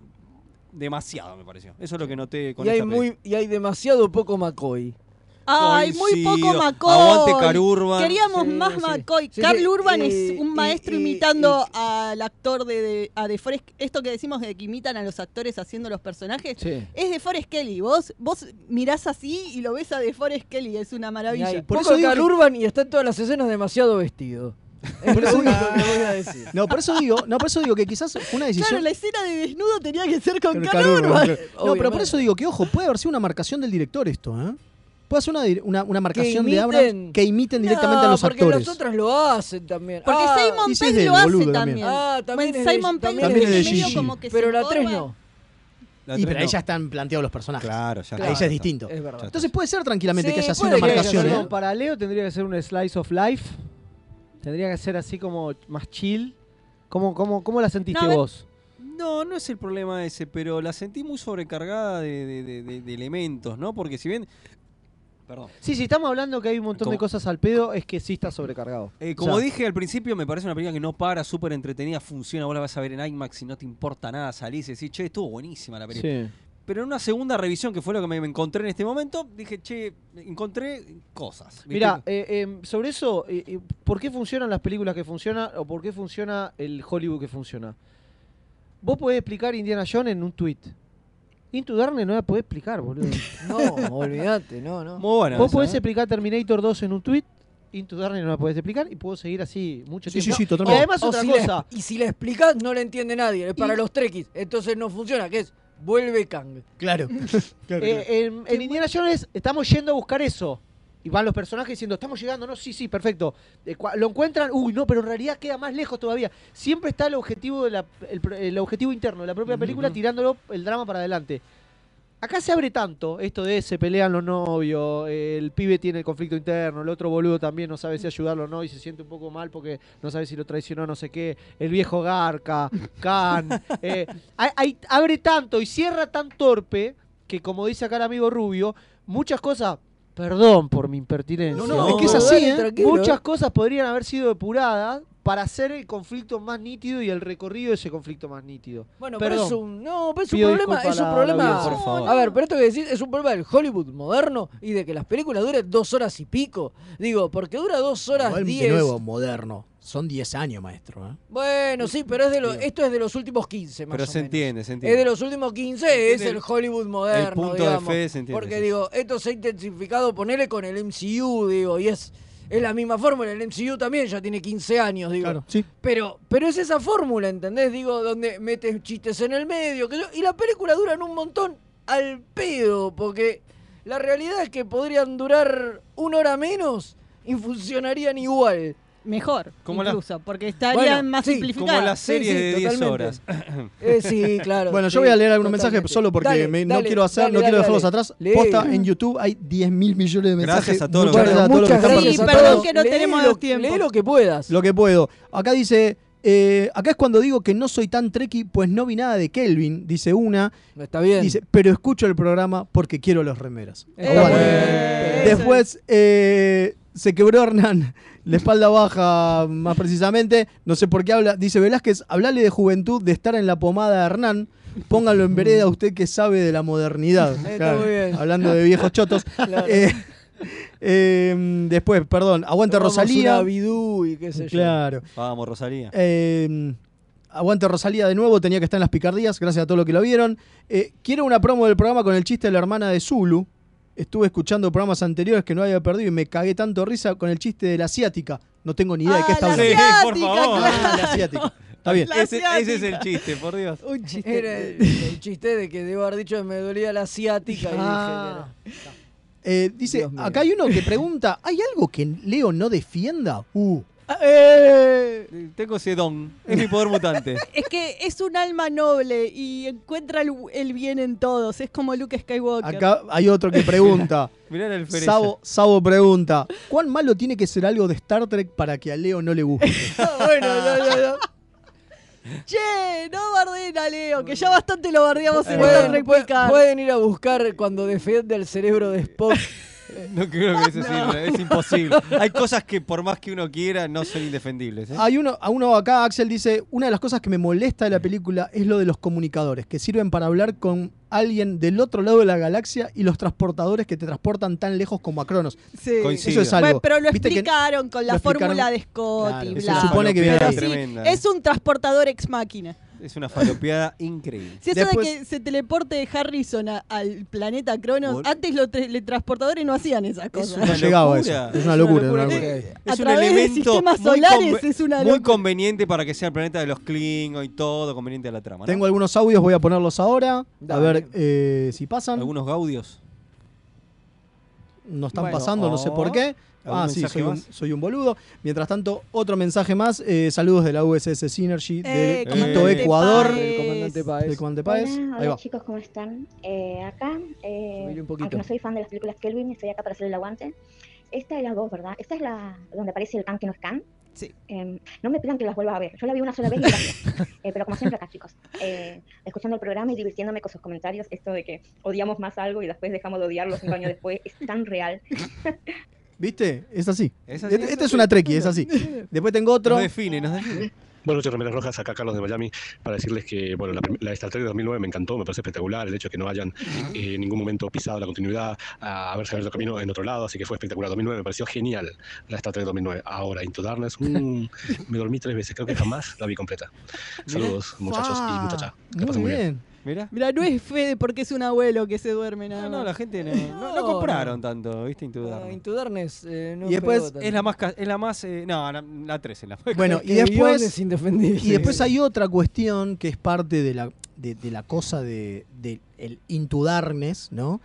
Speaker 2: demasiado, me pareció. Eso es lo que noté con
Speaker 1: Y hay,
Speaker 2: esta película.
Speaker 1: muy, y hay demasiado poco McCoy.
Speaker 4: Ay, muy
Speaker 2: Coincido.
Speaker 4: poco McCoy.
Speaker 2: Aguante Karl Urban.
Speaker 4: Queríamos
Speaker 1: Sí,
Speaker 4: más
Speaker 1: sí.
Speaker 4: McCoy.
Speaker 1: Sí,
Speaker 4: Carl
Speaker 1: sí, Eh,
Speaker 4: Urban
Speaker 1: y-
Speaker 4: es un maestro
Speaker 1: y- y-
Speaker 4: imitando al actor de, de- a de Forest. Esto que decimos de que imitan a los actores haciendo los personajes
Speaker 23: Sí.
Speaker 4: es de Forest Kelly. Vos, vos mirás así y lo ves a de Forest Kelly. Es una
Speaker 1: Y
Speaker 4: maravilla.
Speaker 1: hay poco Karl Urban y está en todas las escenas demasiado vestido.
Speaker 3: Eh,
Speaker 1: Es lo único que voy a decir.
Speaker 3: No, por eso digo, no, por eso digo que quizás fue una decisión.
Speaker 4: Claro, la escena de desnudo tenía que ser con
Speaker 3: Con
Speaker 4: Carl
Speaker 3: Karl Urban,
Speaker 4: Urban.
Speaker 3: claro. No, pero por eso digo que, ojo, puede haber sido una marcación del director esto, ¿eh? Puede ser una, dir- una, una marcación de Abrams
Speaker 1: imiten.
Speaker 3: que imiten directamente
Speaker 1: No,
Speaker 3: a los
Speaker 1: Ah, porque
Speaker 3: actores.
Speaker 1: las otras lo hacen también.
Speaker 4: Porque
Speaker 1: Ah,
Speaker 4: Simon
Speaker 3: y si es
Speaker 4: Pegg
Speaker 3: de
Speaker 4: lo hace
Speaker 3: boludo
Speaker 4: también.
Speaker 3: también.
Speaker 1: Ah, también
Speaker 4: Bueno,
Speaker 1: es de-
Speaker 4: Simon Pegg
Speaker 1: también
Speaker 3: es de
Speaker 4: medio
Speaker 3: Gigi.
Speaker 4: como que se
Speaker 1: Pero la 3
Speaker 4: encorva.
Speaker 1: no.
Speaker 2: La
Speaker 3: y
Speaker 2: tres
Speaker 3: pero
Speaker 2: no.
Speaker 3: ahí ya están planteados los personajes.
Speaker 2: Claro, ya
Speaker 3: Ahí ya es distinto.
Speaker 1: Es verdad.
Speaker 3: Entonces puede ser tranquilamente
Speaker 1: Sí,
Speaker 3: que haya sido
Speaker 1: puede
Speaker 3: una
Speaker 1: que haya
Speaker 3: marcación.
Speaker 1: sido.
Speaker 3: ¿eh?
Speaker 5: Perdón, para Leo tendría que ser un slice of life. Tendría que ser así como más chill. ¿Cómo, cómo, cómo la sentiste
Speaker 2: No, a ver.
Speaker 5: vos?
Speaker 2: No, no es el problema ese, pero la sentí muy sobrecargada de, de- de- de- de elementos, ¿no? Porque si bien. Perdón.
Speaker 5: Sí, si estamos hablando que hay un montón de
Speaker 2: Como-
Speaker 5: cosas al pedo, es que sí está sobrecargado.
Speaker 2: Eh, como
Speaker 5: O sea,
Speaker 2: dije al principio, me parece una película que no para, súper entretenida, funciona, vos la vas a ver en IMAX y no te importa nada, salís y decís, che, estuvo buenísima la película.
Speaker 5: Sí.
Speaker 2: Pero en una segunda revisión, que fue lo que me me encontré en este momento, dije, che, encontré cosas. ¿viste?
Speaker 5: Mira, sobre eso, eh, eh, ¿por qué funcionan las películas que funcionan o por qué funciona el Hollywood que funciona? Vos podés explicar Indiana Jones en un tweet. Into Darkness no la podés explicar, boludo.
Speaker 1: No, olvídate, no, no.
Speaker 2: Muy buena.
Speaker 5: Vos
Speaker 2: esa,
Speaker 5: podés
Speaker 2: ¿eh?
Speaker 5: explicar Terminator 2 en un tweet. Into Darkness no la podés explicar y puedo seguir así mucho
Speaker 3: Sí, sí,
Speaker 5: tiempo.
Speaker 3: sí,
Speaker 5: y
Speaker 3: totalmente.
Speaker 5: además
Speaker 1: O
Speaker 5: otra
Speaker 1: Oh, si la-
Speaker 5: cosa.
Speaker 1: y si la explicás, no la entiende nadie. Es para los trekkies. Entonces no funciona. ¿Qué es? Vuelve Kang.
Speaker 3: Claro. Claro,
Speaker 5: Eh, en, en Indiana Jones estamos yendo a buscar eso. Y van los personajes diciendo, estamos llegando, no, sí, sí, perfecto. Eh, cua- lo encuentran, uy, no, pero en realidad queda más lejos todavía. Siempre está el objetivo, de la- el, pro- el objetivo interno de la propia película tirándolo el drama para adelante. Acá se abre tanto esto de se pelean los novios, eh, el pibe tiene el conflicto interno, el otro boludo también no sabe si ayudarlo o no y se siente un poco mal porque no sabe si lo traicionó, no sé qué, el viejo Garca, Khan. eh, hay- hay- abre tanto y cierra tan torpe que, como dice acá el amigo Rubio, muchas cosas, perdón por mi impertinencia,
Speaker 3: No, no, es que es así,
Speaker 1: dale,
Speaker 3: ¿eh?
Speaker 1: tranquilo,
Speaker 5: muchas
Speaker 1: eh.
Speaker 5: cosas podrían haber sido depuradas para hacer el conflicto más nítido y el recorrido de ese conflicto más nítido.
Speaker 1: Bueno,
Speaker 5: Perdón.
Speaker 1: pero es un, no, pero es un
Speaker 5: Pido
Speaker 1: problema,
Speaker 5: disculpa
Speaker 1: es un
Speaker 5: a la- a la
Speaker 1: problema.
Speaker 5: audiencia, por favor.
Speaker 1: A ver, pero esto que decís es un problema del Hollywood moderno y de que las películas duren dos horas y pico. Digo, porque dura dos horas
Speaker 3: Igual,
Speaker 1: diez.
Speaker 3: de nuevo, moderno. Son 10 años, maestro. ¿eh?
Speaker 1: Bueno, sí, pero es de lo- esto es de los últimos 15 más
Speaker 2: Pero
Speaker 1: o
Speaker 2: se
Speaker 1: menos.
Speaker 2: entiende, se
Speaker 1: Es
Speaker 2: entiende.
Speaker 1: de los últimos 15, es
Speaker 2: Entiende
Speaker 1: el
Speaker 2: el-
Speaker 1: Hollywood moderno,
Speaker 2: el punto de
Speaker 1: digamos.
Speaker 2: fe, se entiende,
Speaker 1: Porque
Speaker 2: sí.
Speaker 1: digo, esto se ha intensificado, ponele con el MCU, digo, y es, es la misma fórmula, el MCU también ya tiene 15 años, digo.
Speaker 3: Claro, sí.
Speaker 1: Pero, pero es esa fórmula, ¿entendés? Digo, donde metes chistes en el medio, que yo- y la película duran un montón al pedo, porque la realidad es que podrían durar una hora menos y funcionarían igual.
Speaker 4: Mejor,
Speaker 2: Como la-
Speaker 4: incluso, porque estarían
Speaker 1: Bueno,
Speaker 4: más
Speaker 1: sí,
Speaker 4: simplificadas.
Speaker 2: Como la serie
Speaker 1: sí,
Speaker 2: de 10
Speaker 1: totalmente.
Speaker 2: horas.
Speaker 1: Eh, sí, claro.
Speaker 3: Bueno,
Speaker 1: sí,
Speaker 3: yo voy a leer algunos
Speaker 1: totalmente.
Speaker 3: mensajes solo porque
Speaker 1: Dale,
Speaker 3: me- no
Speaker 1: dale,
Speaker 3: quiero hacer,
Speaker 1: dale,
Speaker 3: no quiero
Speaker 1: dale,
Speaker 3: dejarlos
Speaker 1: dale.
Speaker 3: atrás.
Speaker 1: Lee.
Speaker 3: Posta, en YouTube hay 10 mil millones de mensajes.
Speaker 2: Gracias a todos los
Speaker 3: Muchas
Speaker 2: que-
Speaker 3: gracias a todos los que
Speaker 1: Muchas
Speaker 3: están
Speaker 1: gracias
Speaker 4: Sí,
Speaker 1: a
Speaker 3: participando.
Speaker 4: perdón
Speaker 1: todos.
Speaker 4: que no
Speaker 1: Lee
Speaker 4: tenemos
Speaker 1: lo-
Speaker 4: el tiempo.
Speaker 1: Lee lo que puedas.
Speaker 3: Lo que puedo. Acá dice, eh, acá es cuando digo que no soy tan treki, pues no vi nada de Kelvin, dice una.
Speaker 1: No está bien.
Speaker 3: Dice, pero escucho el programa porque quiero los remeras.
Speaker 1: Eh,
Speaker 3: Aguante.
Speaker 1: eh,
Speaker 3: Después eh, se quebró Hernán, la espalda baja más precisamente. No sé por qué habla. Dice Velázquez, hablale de juventud, de estar en la pomada Hernán. Póngalo en vereda usted que sabe de la modernidad.
Speaker 1: Eh, Está
Speaker 3: Claro,
Speaker 1: muy bien.
Speaker 3: Hablando de viejos chotos.
Speaker 1: Claro.
Speaker 3: Eh, eh, después, perdón, aguante
Speaker 1: Tomamos
Speaker 3: Rosalía.
Speaker 1: una Bidú y qué sé yo.
Speaker 3: Claro.
Speaker 2: Vamos, Rosalía.
Speaker 3: Eh, aguante Rosalía de nuevo, tenía que estar en las picardías, gracias a todos los que lo vieron. Eh, quiero una promo del programa con el chiste de la hermana de Zulu. estuve escuchando programas anteriores que no había perdido y me cagué tanto risa con el chiste de la asiática. No tengo ni idea
Speaker 4: Ah,
Speaker 3: de qué está
Speaker 2: Ah, la
Speaker 3: hablando.
Speaker 2: asiática, Sí, por favor. claro.
Speaker 3: Ah, la asiática. Está bien.
Speaker 2: La Ese- ese es el asiática. chiste, por Dios.
Speaker 1: Un chiste.
Speaker 20: Era el,
Speaker 3: Eh,
Speaker 20: el chiste de que debo haber dicho que me dolía la asiática. y
Speaker 1: Ah.
Speaker 20: dije que era-
Speaker 3: Eh, dice, acá hay uno que pregunta, ¿hay algo que Leo no defienda? Uh.
Speaker 2: Tengo ese don. Es mi poder mutante.
Speaker 4: Es que es un alma noble y encuentra el, el bien en todos. Es como Luke Skywalker.
Speaker 3: Acá hay otro que pregunta.
Speaker 2: Mirá la alfereza.
Speaker 3: Sabo, Sabo pregunta, ¿cuán malo tiene que ser algo de Star Trek para que a Leo no le guste?
Speaker 4: Ah, bueno, no, no, no. Che, no bardeen a Leo, que ya bastante lo bardeamos en esta
Speaker 20: Pueden, pueden-
Speaker 4: replicar.
Speaker 20: pueden ir a buscar cuando defiende el cerebro de Spock.
Speaker 2: Eh, No creo que eso sirva. Es imposible. Hay cosas que por más que uno quiera no son indefendibles. ¿eh?
Speaker 3: Hay uno, a uno acá, Axel dice, una de las cosas que me molesta de la película es lo de los comunicadores, que sirven para hablar con alguien del otro lado de la galaxia y los transportadores que te transportan tan lejos como a Cronos.
Speaker 4: Sí.
Speaker 3: Eso es algo.
Speaker 4: Bueno, pero lo
Speaker 3: Viste que-
Speaker 4: explicaron con
Speaker 3: lo
Speaker 4: la
Speaker 3: explicaron-
Speaker 4: fórmula de Scott
Speaker 3: Claro,
Speaker 4: y
Speaker 3: eso
Speaker 4: bla.
Speaker 3: se supone que viene
Speaker 4: Pero
Speaker 3: ahí.
Speaker 4: sí,
Speaker 2: Tremenda. ¿eh?
Speaker 4: es un transportador ex máquina.
Speaker 2: Es una falopeada increíble.
Speaker 4: Si eso de que se teleporte Harrison a- al planeta Cronos,
Speaker 2: Bol-
Speaker 4: antes los tra- transportadores no hacían esas cosas.
Speaker 3: No llegaba a eso. Es una locura. es una locura.
Speaker 2: Es
Speaker 4: Eh, A
Speaker 2: un
Speaker 4: través de
Speaker 2: elemento
Speaker 4: sistemas
Speaker 2: muy
Speaker 4: solares
Speaker 2: conve-
Speaker 4: es una
Speaker 2: Muy
Speaker 4: locura.
Speaker 2: conveniente para que sea el planeta de los Klingon y todo, conveniente a la trama. ¿no?
Speaker 3: Tengo algunos audios, voy a ponerlos ahora. A
Speaker 2: Dale.
Speaker 3: ver eh, si pasan.
Speaker 2: algunos gaudios.
Speaker 3: No están
Speaker 2: Bueno.
Speaker 3: pasando, no sé por qué.
Speaker 2: ¿Algún
Speaker 3: Ah, sí,
Speaker 2: mensaje
Speaker 3: soy un,
Speaker 2: más?
Speaker 3: soy un boludo. Mientras tanto, otro mensaje más. Eh, saludos de la USS Synergy de
Speaker 20: Eh,
Speaker 3: Quito,
Speaker 20: comandante
Speaker 3: Ecuador.
Speaker 20: Páez. El comandante Páez.
Speaker 3: El comandante Páez.
Speaker 8: Hola,
Speaker 3: Ahí
Speaker 8: hola
Speaker 3: va.
Speaker 8: chicos, ¿cómo están? Eh, acá, eh,
Speaker 3: Subile un poquito.
Speaker 8: aunque no soy fan de las películas Kelvin, estoy acá para hacer el aguante. Esta es la 2, ¿verdad? Esta es la donde aparece el can que no es can. Em,
Speaker 4: Sí.
Speaker 8: no me pidan que las vuelva a ver. Yo la vi una sola vez y gracias. Eh, pero como siempre acá, chicos, eh, escuchando el programa y divirtiéndome con sus comentarios, esto de que odiamos más algo y después dejamos de odiarlo cinco años después, es tan real.
Speaker 3: ¿Viste? Es así.
Speaker 2: Es
Speaker 3: Esta
Speaker 2: así,
Speaker 3: este
Speaker 2: es
Speaker 3: es
Speaker 2: así.
Speaker 3: una treki, es así. Después tengo otro.
Speaker 2: Nos define, nos define.
Speaker 24: Buenas noches, Remeras Rojas, acá Carlos de Miami, para decirles que bueno, la, prim- la de Star Trek de 2009 me encantó, me parece espectacular el hecho de que no hayan eh, en ningún momento pisado la continuidad, a haberse abierto camino en otro lado, así que fue espectacular. 2009 me pareció genial la de Star Trek 2009. Ahora, Into Darkness, mm, me dormí tres veces, creo que jamás la vi completa. Saludos,
Speaker 3: 뭐
Speaker 24: muchachos y muchachas. Que pasen muy bien.
Speaker 2: Mira.
Speaker 4: Mira, no es Fede porque es un abuelo que se duerme nada.
Speaker 2: No, la gente no, no- no compraron tanto, ¿viste? Into Darkness.
Speaker 20: Into Darkness, eh, no
Speaker 2: y después
Speaker 20: pegó tanto.
Speaker 2: es la más. ca- Es la más eh, no, la, la 13. La
Speaker 3: Bueno, y
Speaker 2: que-
Speaker 3: después.
Speaker 20: es indefendible.
Speaker 3: Y después hay otra cuestión que es parte de la, de, de la cosa de, de el into darkness, ¿no?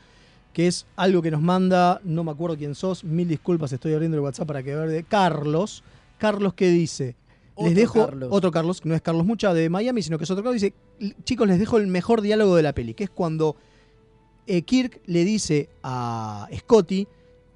Speaker 3: Que es algo que nos manda, no me acuerdo quién sos, mil disculpas, estoy abriendo el WhatsApp para que ver de Carlos. Carlos que dice. Les
Speaker 20: Otro
Speaker 3: dejo
Speaker 20: Carlos.
Speaker 3: otro Carlos, que no es Carlos Mucha de Miami, sino que es otro Carlos. Dice: Chicos, les dejo el mejor diálogo de la peli, que es cuando eh, Kirk le dice a Scotty,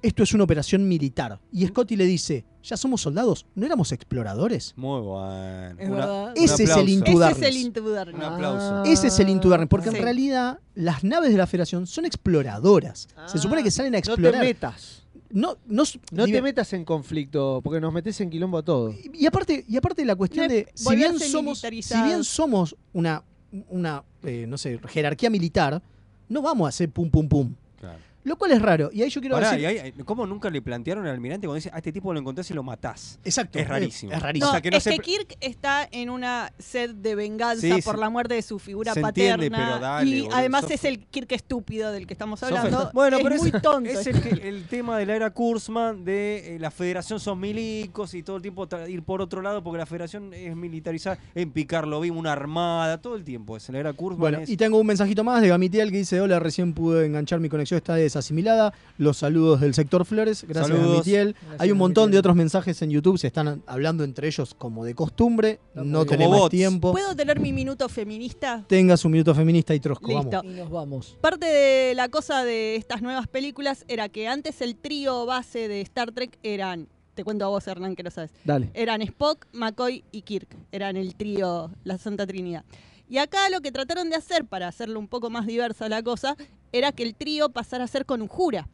Speaker 3: esto es una operación militar. Y Scotty le dice, ya somos soldados, ¿no éramos exploradores?
Speaker 2: Muy bueno.
Speaker 20: Es
Speaker 2: Una-
Speaker 20: verdad.
Speaker 2: un
Speaker 3: Ese es el
Speaker 2: aplauso.
Speaker 3: Into Ese Darkness.
Speaker 4: Ah. Es el Into Darkness.
Speaker 2: Un aplauso.
Speaker 3: Ese es el Intubernes, porque
Speaker 4: Sí.
Speaker 3: en realidad las naves de la Federación son exploradoras. Se supone que salen a explorar.
Speaker 25: Ah. No te metas.
Speaker 3: No, no,
Speaker 25: No
Speaker 3: dime-
Speaker 25: te metas en conflicto, porque nos metes en quilombo a todos.
Speaker 3: Y aparte, y aparte la cuestión
Speaker 25: No es
Speaker 3: de si
Speaker 25: volverse
Speaker 3: bien somos, si
Speaker 25: militarizados.
Speaker 3: bien somos una, una eh, no sé, jerarquía militar, no vamos a hacer pum pum pum.
Speaker 2: Claro.
Speaker 3: Lo cual es raro. Y ahí yo quiero
Speaker 2: Pará,
Speaker 3: decir.
Speaker 2: y ahí- ¿Cómo nunca le plantearon al almirante cuando dice a este tipo lo encontrás y lo matás?
Speaker 3: Exacto.
Speaker 2: Es rarísimo.
Speaker 3: Es rarísimo.
Speaker 4: No,
Speaker 2: O sea, que no
Speaker 4: es
Speaker 2: se
Speaker 4: que
Speaker 2: pre-
Speaker 4: Kirk está en una sed de venganza
Speaker 2: Sí,
Speaker 4: por
Speaker 2: sí.
Speaker 4: la muerte de su figura
Speaker 2: Se
Speaker 4: paterna.
Speaker 2: entiende, pero dale,
Speaker 4: y
Speaker 2: boludo,
Speaker 4: además
Speaker 2: sos-
Speaker 4: es el Kirk estúpido del que estamos
Speaker 2: Sos
Speaker 4: hablando.
Speaker 2: fel- Bueno,
Speaker 4: es
Speaker 2: pero
Speaker 4: muy
Speaker 2: es,
Speaker 4: tonto.
Speaker 2: es el, que- el tema de la era Kurzman, de eh, la federación son milicos y todo el tiempo tra- ir por otro lado porque la federación es militarizada, en Picarlo vimos una armada, todo el tiempo es la era Kurzman.
Speaker 3: Bueno,
Speaker 2: es-
Speaker 3: y tengo un mensajito más de Gamitiel que dice: Hola, recién pude enganchar mi conexión, está desasimilada. Los saludos del sector Flores, gracias
Speaker 2: Saludos.
Speaker 3: Gamitiel.
Speaker 2: Gracias,
Speaker 3: Hay un montón de
Speaker 2: Gamitiel.
Speaker 3: otros mensajes en YouTube, se están hablando entre ellos como de costumbre. no
Speaker 2: bien. Como
Speaker 3: tenemos
Speaker 2: bots.
Speaker 3: tiempo.
Speaker 4: ¿Puedo tener mi minuto feminista?
Speaker 3: Tengas un minuto feminista y trosco,
Speaker 4: Listo.
Speaker 3: vamos.
Speaker 20: nos vamos.
Speaker 4: Parte de la cosa de estas nuevas películas era que antes el trío base de Star Trek eran, te cuento a vos Hernán que lo sabes,
Speaker 25: Dale.
Speaker 4: eran Spock, McCoy y Kirk, eran el trío, la Santa Trinidad. Y acá lo que trataron de hacer para hacerlo un poco más diversa la cosa era que el trío pasara a ser con Ujura,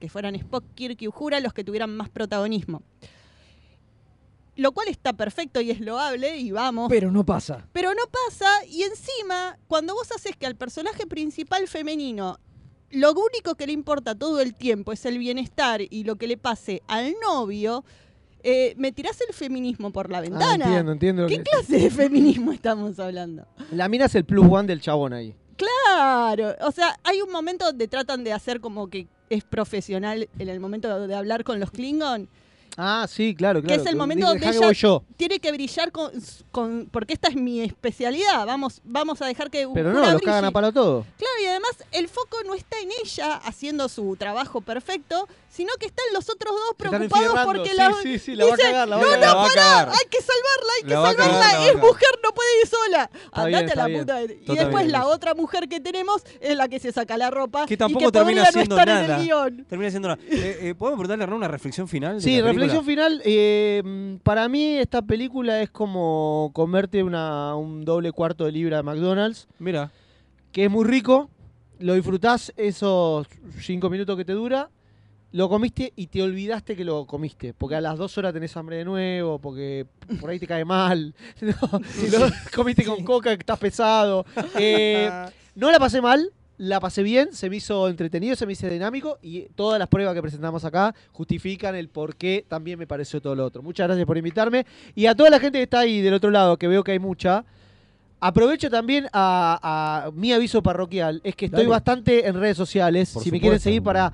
Speaker 4: que fueran Spock, Kirk y Ujura los que tuvieran más protagonismo. Lo cual está perfecto y es loable y vamos.
Speaker 20: Pero no
Speaker 5: Ah,
Speaker 20: pasa.
Speaker 4: Pero no pasa, y encima, cuando vos haces que al personaje principal femenino lo único que le importa todo el tiempo es el bienestar y lo que le pase al novio, eh, me tirás el feminismo por la
Speaker 25: Ah,
Speaker 4: ventana.
Speaker 25: entiendo, entiendo. lo
Speaker 4: ¿Qué
Speaker 25: que-
Speaker 4: clase de feminismo estamos hablando?
Speaker 25: La mina es el plus one del chabón ahí.
Speaker 4: Claro, o sea, hay un momento donde tratan de hacer como que es profesional en el momento de hablar con los Klingon.
Speaker 5: Ah, sí, claro, claro.
Speaker 4: que es el momento donde
Speaker 5: Dejá que
Speaker 4: ella
Speaker 5: voy yo.
Speaker 4: tiene que brillar con, con- porque esta es mi especialidad. Vamos, vamos a dejar que
Speaker 5: Pero no,
Speaker 4: Uhura
Speaker 5: los
Speaker 4: brille.
Speaker 5: cagan a palo todo.
Speaker 4: Claro, y además el foco no está en ella haciendo su trabajo perfecto, sino que están los otros dos
Speaker 5: están
Speaker 4: preocupados
Speaker 5: enfierrando.
Speaker 4: porque
Speaker 5: Sí,
Speaker 4: la.
Speaker 5: sí, sí, la va a
Speaker 4: dicen,
Speaker 5: cagar, la va a
Speaker 4: no,
Speaker 5: cagar".
Speaker 4: no,
Speaker 5: La va a
Speaker 4: pará,
Speaker 5: cagar.
Speaker 4: hay que salvarla, hay que
Speaker 5: La va a cagar,
Speaker 4: salvarla.
Speaker 5: la va a
Speaker 4: es
Speaker 5: cagar.
Speaker 4: mujer, no puede ir sola. Andate
Speaker 5: bien,
Speaker 4: a
Speaker 5: está
Speaker 4: la
Speaker 5: bien.
Speaker 4: puta. Y
Speaker 2: Totalmente.
Speaker 4: después la otra mujer que tenemos es la que se saca la ropa.
Speaker 2: Que
Speaker 4: y
Speaker 2: tampoco
Speaker 4: que
Speaker 2: termina
Speaker 4: podría
Speaker 2: siendo
Speaker 4: no estar en
Speaker 2: nada.
Speaker 4: el guión.
Speaker 2: Termina siendo nada. Eh, eh, ¿Podemos preguntarle a Hernán una reflexión final? de
Speaker 5: Sí,
Speaker 2: la película?
Speaker 5: reflexión final. eh, mm, para mí esta película es como comerte una, un doble cuarto de libra de McDonald's.
Speaker 2: Mira.
Speaker 5: Que es muy rico. Lo disfrutás esos cinco minutos que te dura. Lo comiste y te olvidaste que lo comiste. Porque a las dos horas tenés hambre de nuevo. Porque por ahí te cae mal. No, si lo comiste con coca, que estás pesado. Eh, no la pasé mal. La pasé bien, se me hizo entretenido, se me hizo dinámico y todas las pruebas que presentamos acá justifican el por qué también me pareció todo lo otro. Muchas gracias por invitarme y a toda la gente que está ahí del otro lado, que veo que hay mucha, Aprovecho también a, a mi aviso parroquial, es que estoy
Speaker 26: Dale.
Speaker 5: bastante en redes sociales,
Speaker 26: Por
Speaker 5: si me
Speaker 26: supuesto.
Speaker 5: quieren seguir para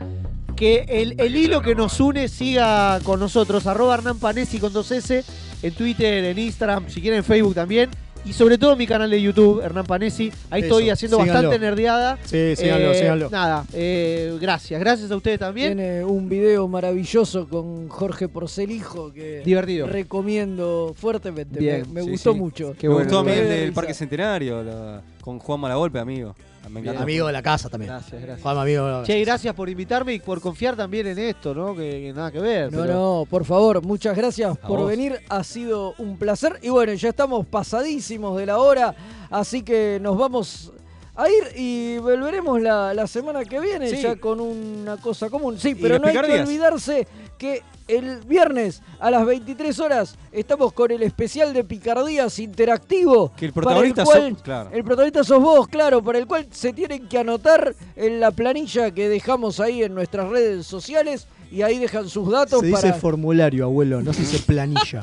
Speaker 5: que el, el hilo que nos une siga con nosotros, arroba Hernán Panesi con 2S, en Twitter, en Instagram, si quieren en Facebook también, y sobre todo en mi canal de YouTube, Hernán Panesi, ahí
Speaker 3: Eso,
Speaker 5: estoy haciendo
Speaker 3: síganlo.
Speaker 5: bastante nerdeada.
Speaker 3: Sí, síganlo, síganlo.
Speaker 5: Eh, Nada, eh, gracias, gracias a ustedes también.
Speaker 1: Tiene un video maravilloso con Jorge Porcelijo que
Speaker 5: Divertido.
Speaker 1: recomiendo fuertemente.
Speaker 5: Bien,
Speaker 1: me me
Speaker 2: Sí,
Speaker 1: gustó
Speaker 2: sí.
Speaker 1: mucho.
Speaker 2: me
Speaker 5: bueno.
Speaker 2: gustó a mí el
Speaker 5: Qué
Speaker 2: del
Speaker 5: risa.
Speaker 2: Parque Centenario, la- con Juan Malagolpe, amigo. Me encantó.
Speaker 3: Amigo de la casa también.
Speaker 5: Gracias, gracias.
Speaker 3: Juan, amigo. de la
Speaker 5: Che, gracias por invitarme y por confiar también en esto, ¿no? Que, que nada que ver.
Speaker 1: No,
Speaker 5: pero-
Speaker 1: no, por favor, muchas gracias
Speaker 5: A
Speaker 1: por
Speaker 5: vos.
Speaker 1: venir, ha sido un placer. Y bueno, ya estamos pasadísimos de la hora, así que nos vamos a ir y volveremos la, la semana que viene
Speaker 2: Sí.
Speaker 1: ya con una cosa común. Sí,
Speaker 2: Y
Speaker 1: pero
Speaker 2: las
Speaker 1: no hay que
Speaker 2: picardías.
Speaker 1: olvidarse que el viernes a las 23 horas estamos con el especial de Picardías Interactivo.
Speaker 2: Que el
Speaker 1: para
Speaker 2: protagonista
Speaker 1: cual-
Speaker 2: sos- claro.
Speaker 1: El protagonista sos vos, claro, para el cual se tienen que anotar en la planilla que dejamos ahí en nuestras redes sociales y ahí dejan sus datos
Speaker 3: Se dice
Speaker 1: para.
Speaker 3: formulario, abuelo, no se dice planilla.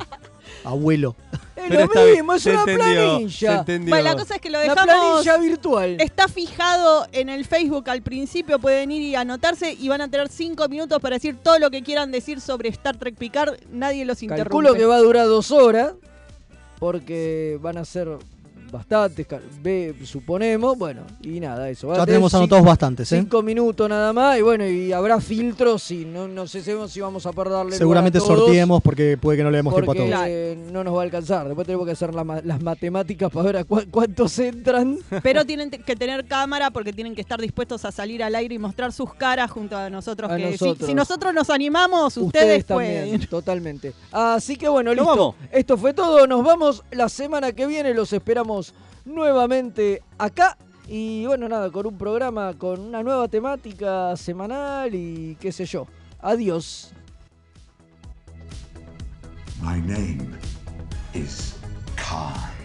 Speaker 3: abuelo.
Speaker 1: Es
Speaker 3: Pero
Speaker 1: lo
Speaker 3: está
Speaker 1: mismo,
Speaker 3: bien,
Speaker 1: es
Speaker 3: se
Speaker 1: una
Speaker 3: entendió,
Speaker 1: planilla.
Speaker 3: se entendió. Bueno,
Speaker 4: La cosa es que lo
Speaker 1: La
Speaker 4: dejamos. este
Speaker 1: planilla virtual.
Speaker 4: Está fijado en el Facebook al principio. Pueden ir y anotarse y van a tener cinco minutos para decir todo lo que quieran decir sobre Star Trek Picard. Nadie los interrumpe.
Speaker 1: Calculo que va a durar dos horas, porque van a ser bastantes, cal- ve- suponemos. Bueno, y nada, eso. va a
Speaker 3: Ya
Speaker 1: tener
Speaker 3: tenemos
Speaker 1: cin-
Speaker 3: anotados bastantes, ¿eh?
Speaker 1: Cinco minutos nada más, y bueno, y habrá filtros, y no, no sé sabemos si vamos a perderle.
Speaker 3: Seguramente
Speaker 1: lugar a todos,
Speaker 3: sorteemos porque puede que no le demos tiempo a
Speaker 1: Porque
Speaker 3: todos.
Speaker 1: eh, no nos va a alcanzar. Después tenemos que hacer la ma- las matemáticas para ver a cua- cuántos entran.
Speaker 4: Pero tienen te- que tener cámara porque tienen que estar dispuestos a salir al aire y mostrar sus caras junto a nosotros.
Speaker 1: A
Speaker 4: que si- Si,
Speaker 1: nosotros.
Speaker 4: nosotros nos animamos, ustedes,
Speaker 1: Ustedes
Speaker 4: pueden.
Speaker 1: también, totalmente. Así que bueno,
Speaker 2: Nos
Speaker 1: listo.
Speaker 2: vamos.
Speaker 1: Esto fue todo. Nos vamos la semana que viene. Los esperamos nuevamente acá. Y bueno, nada, con un programa, con una nueva temática semanal y qué sé yo. Adiós.
Speaker 21: My name is Khan.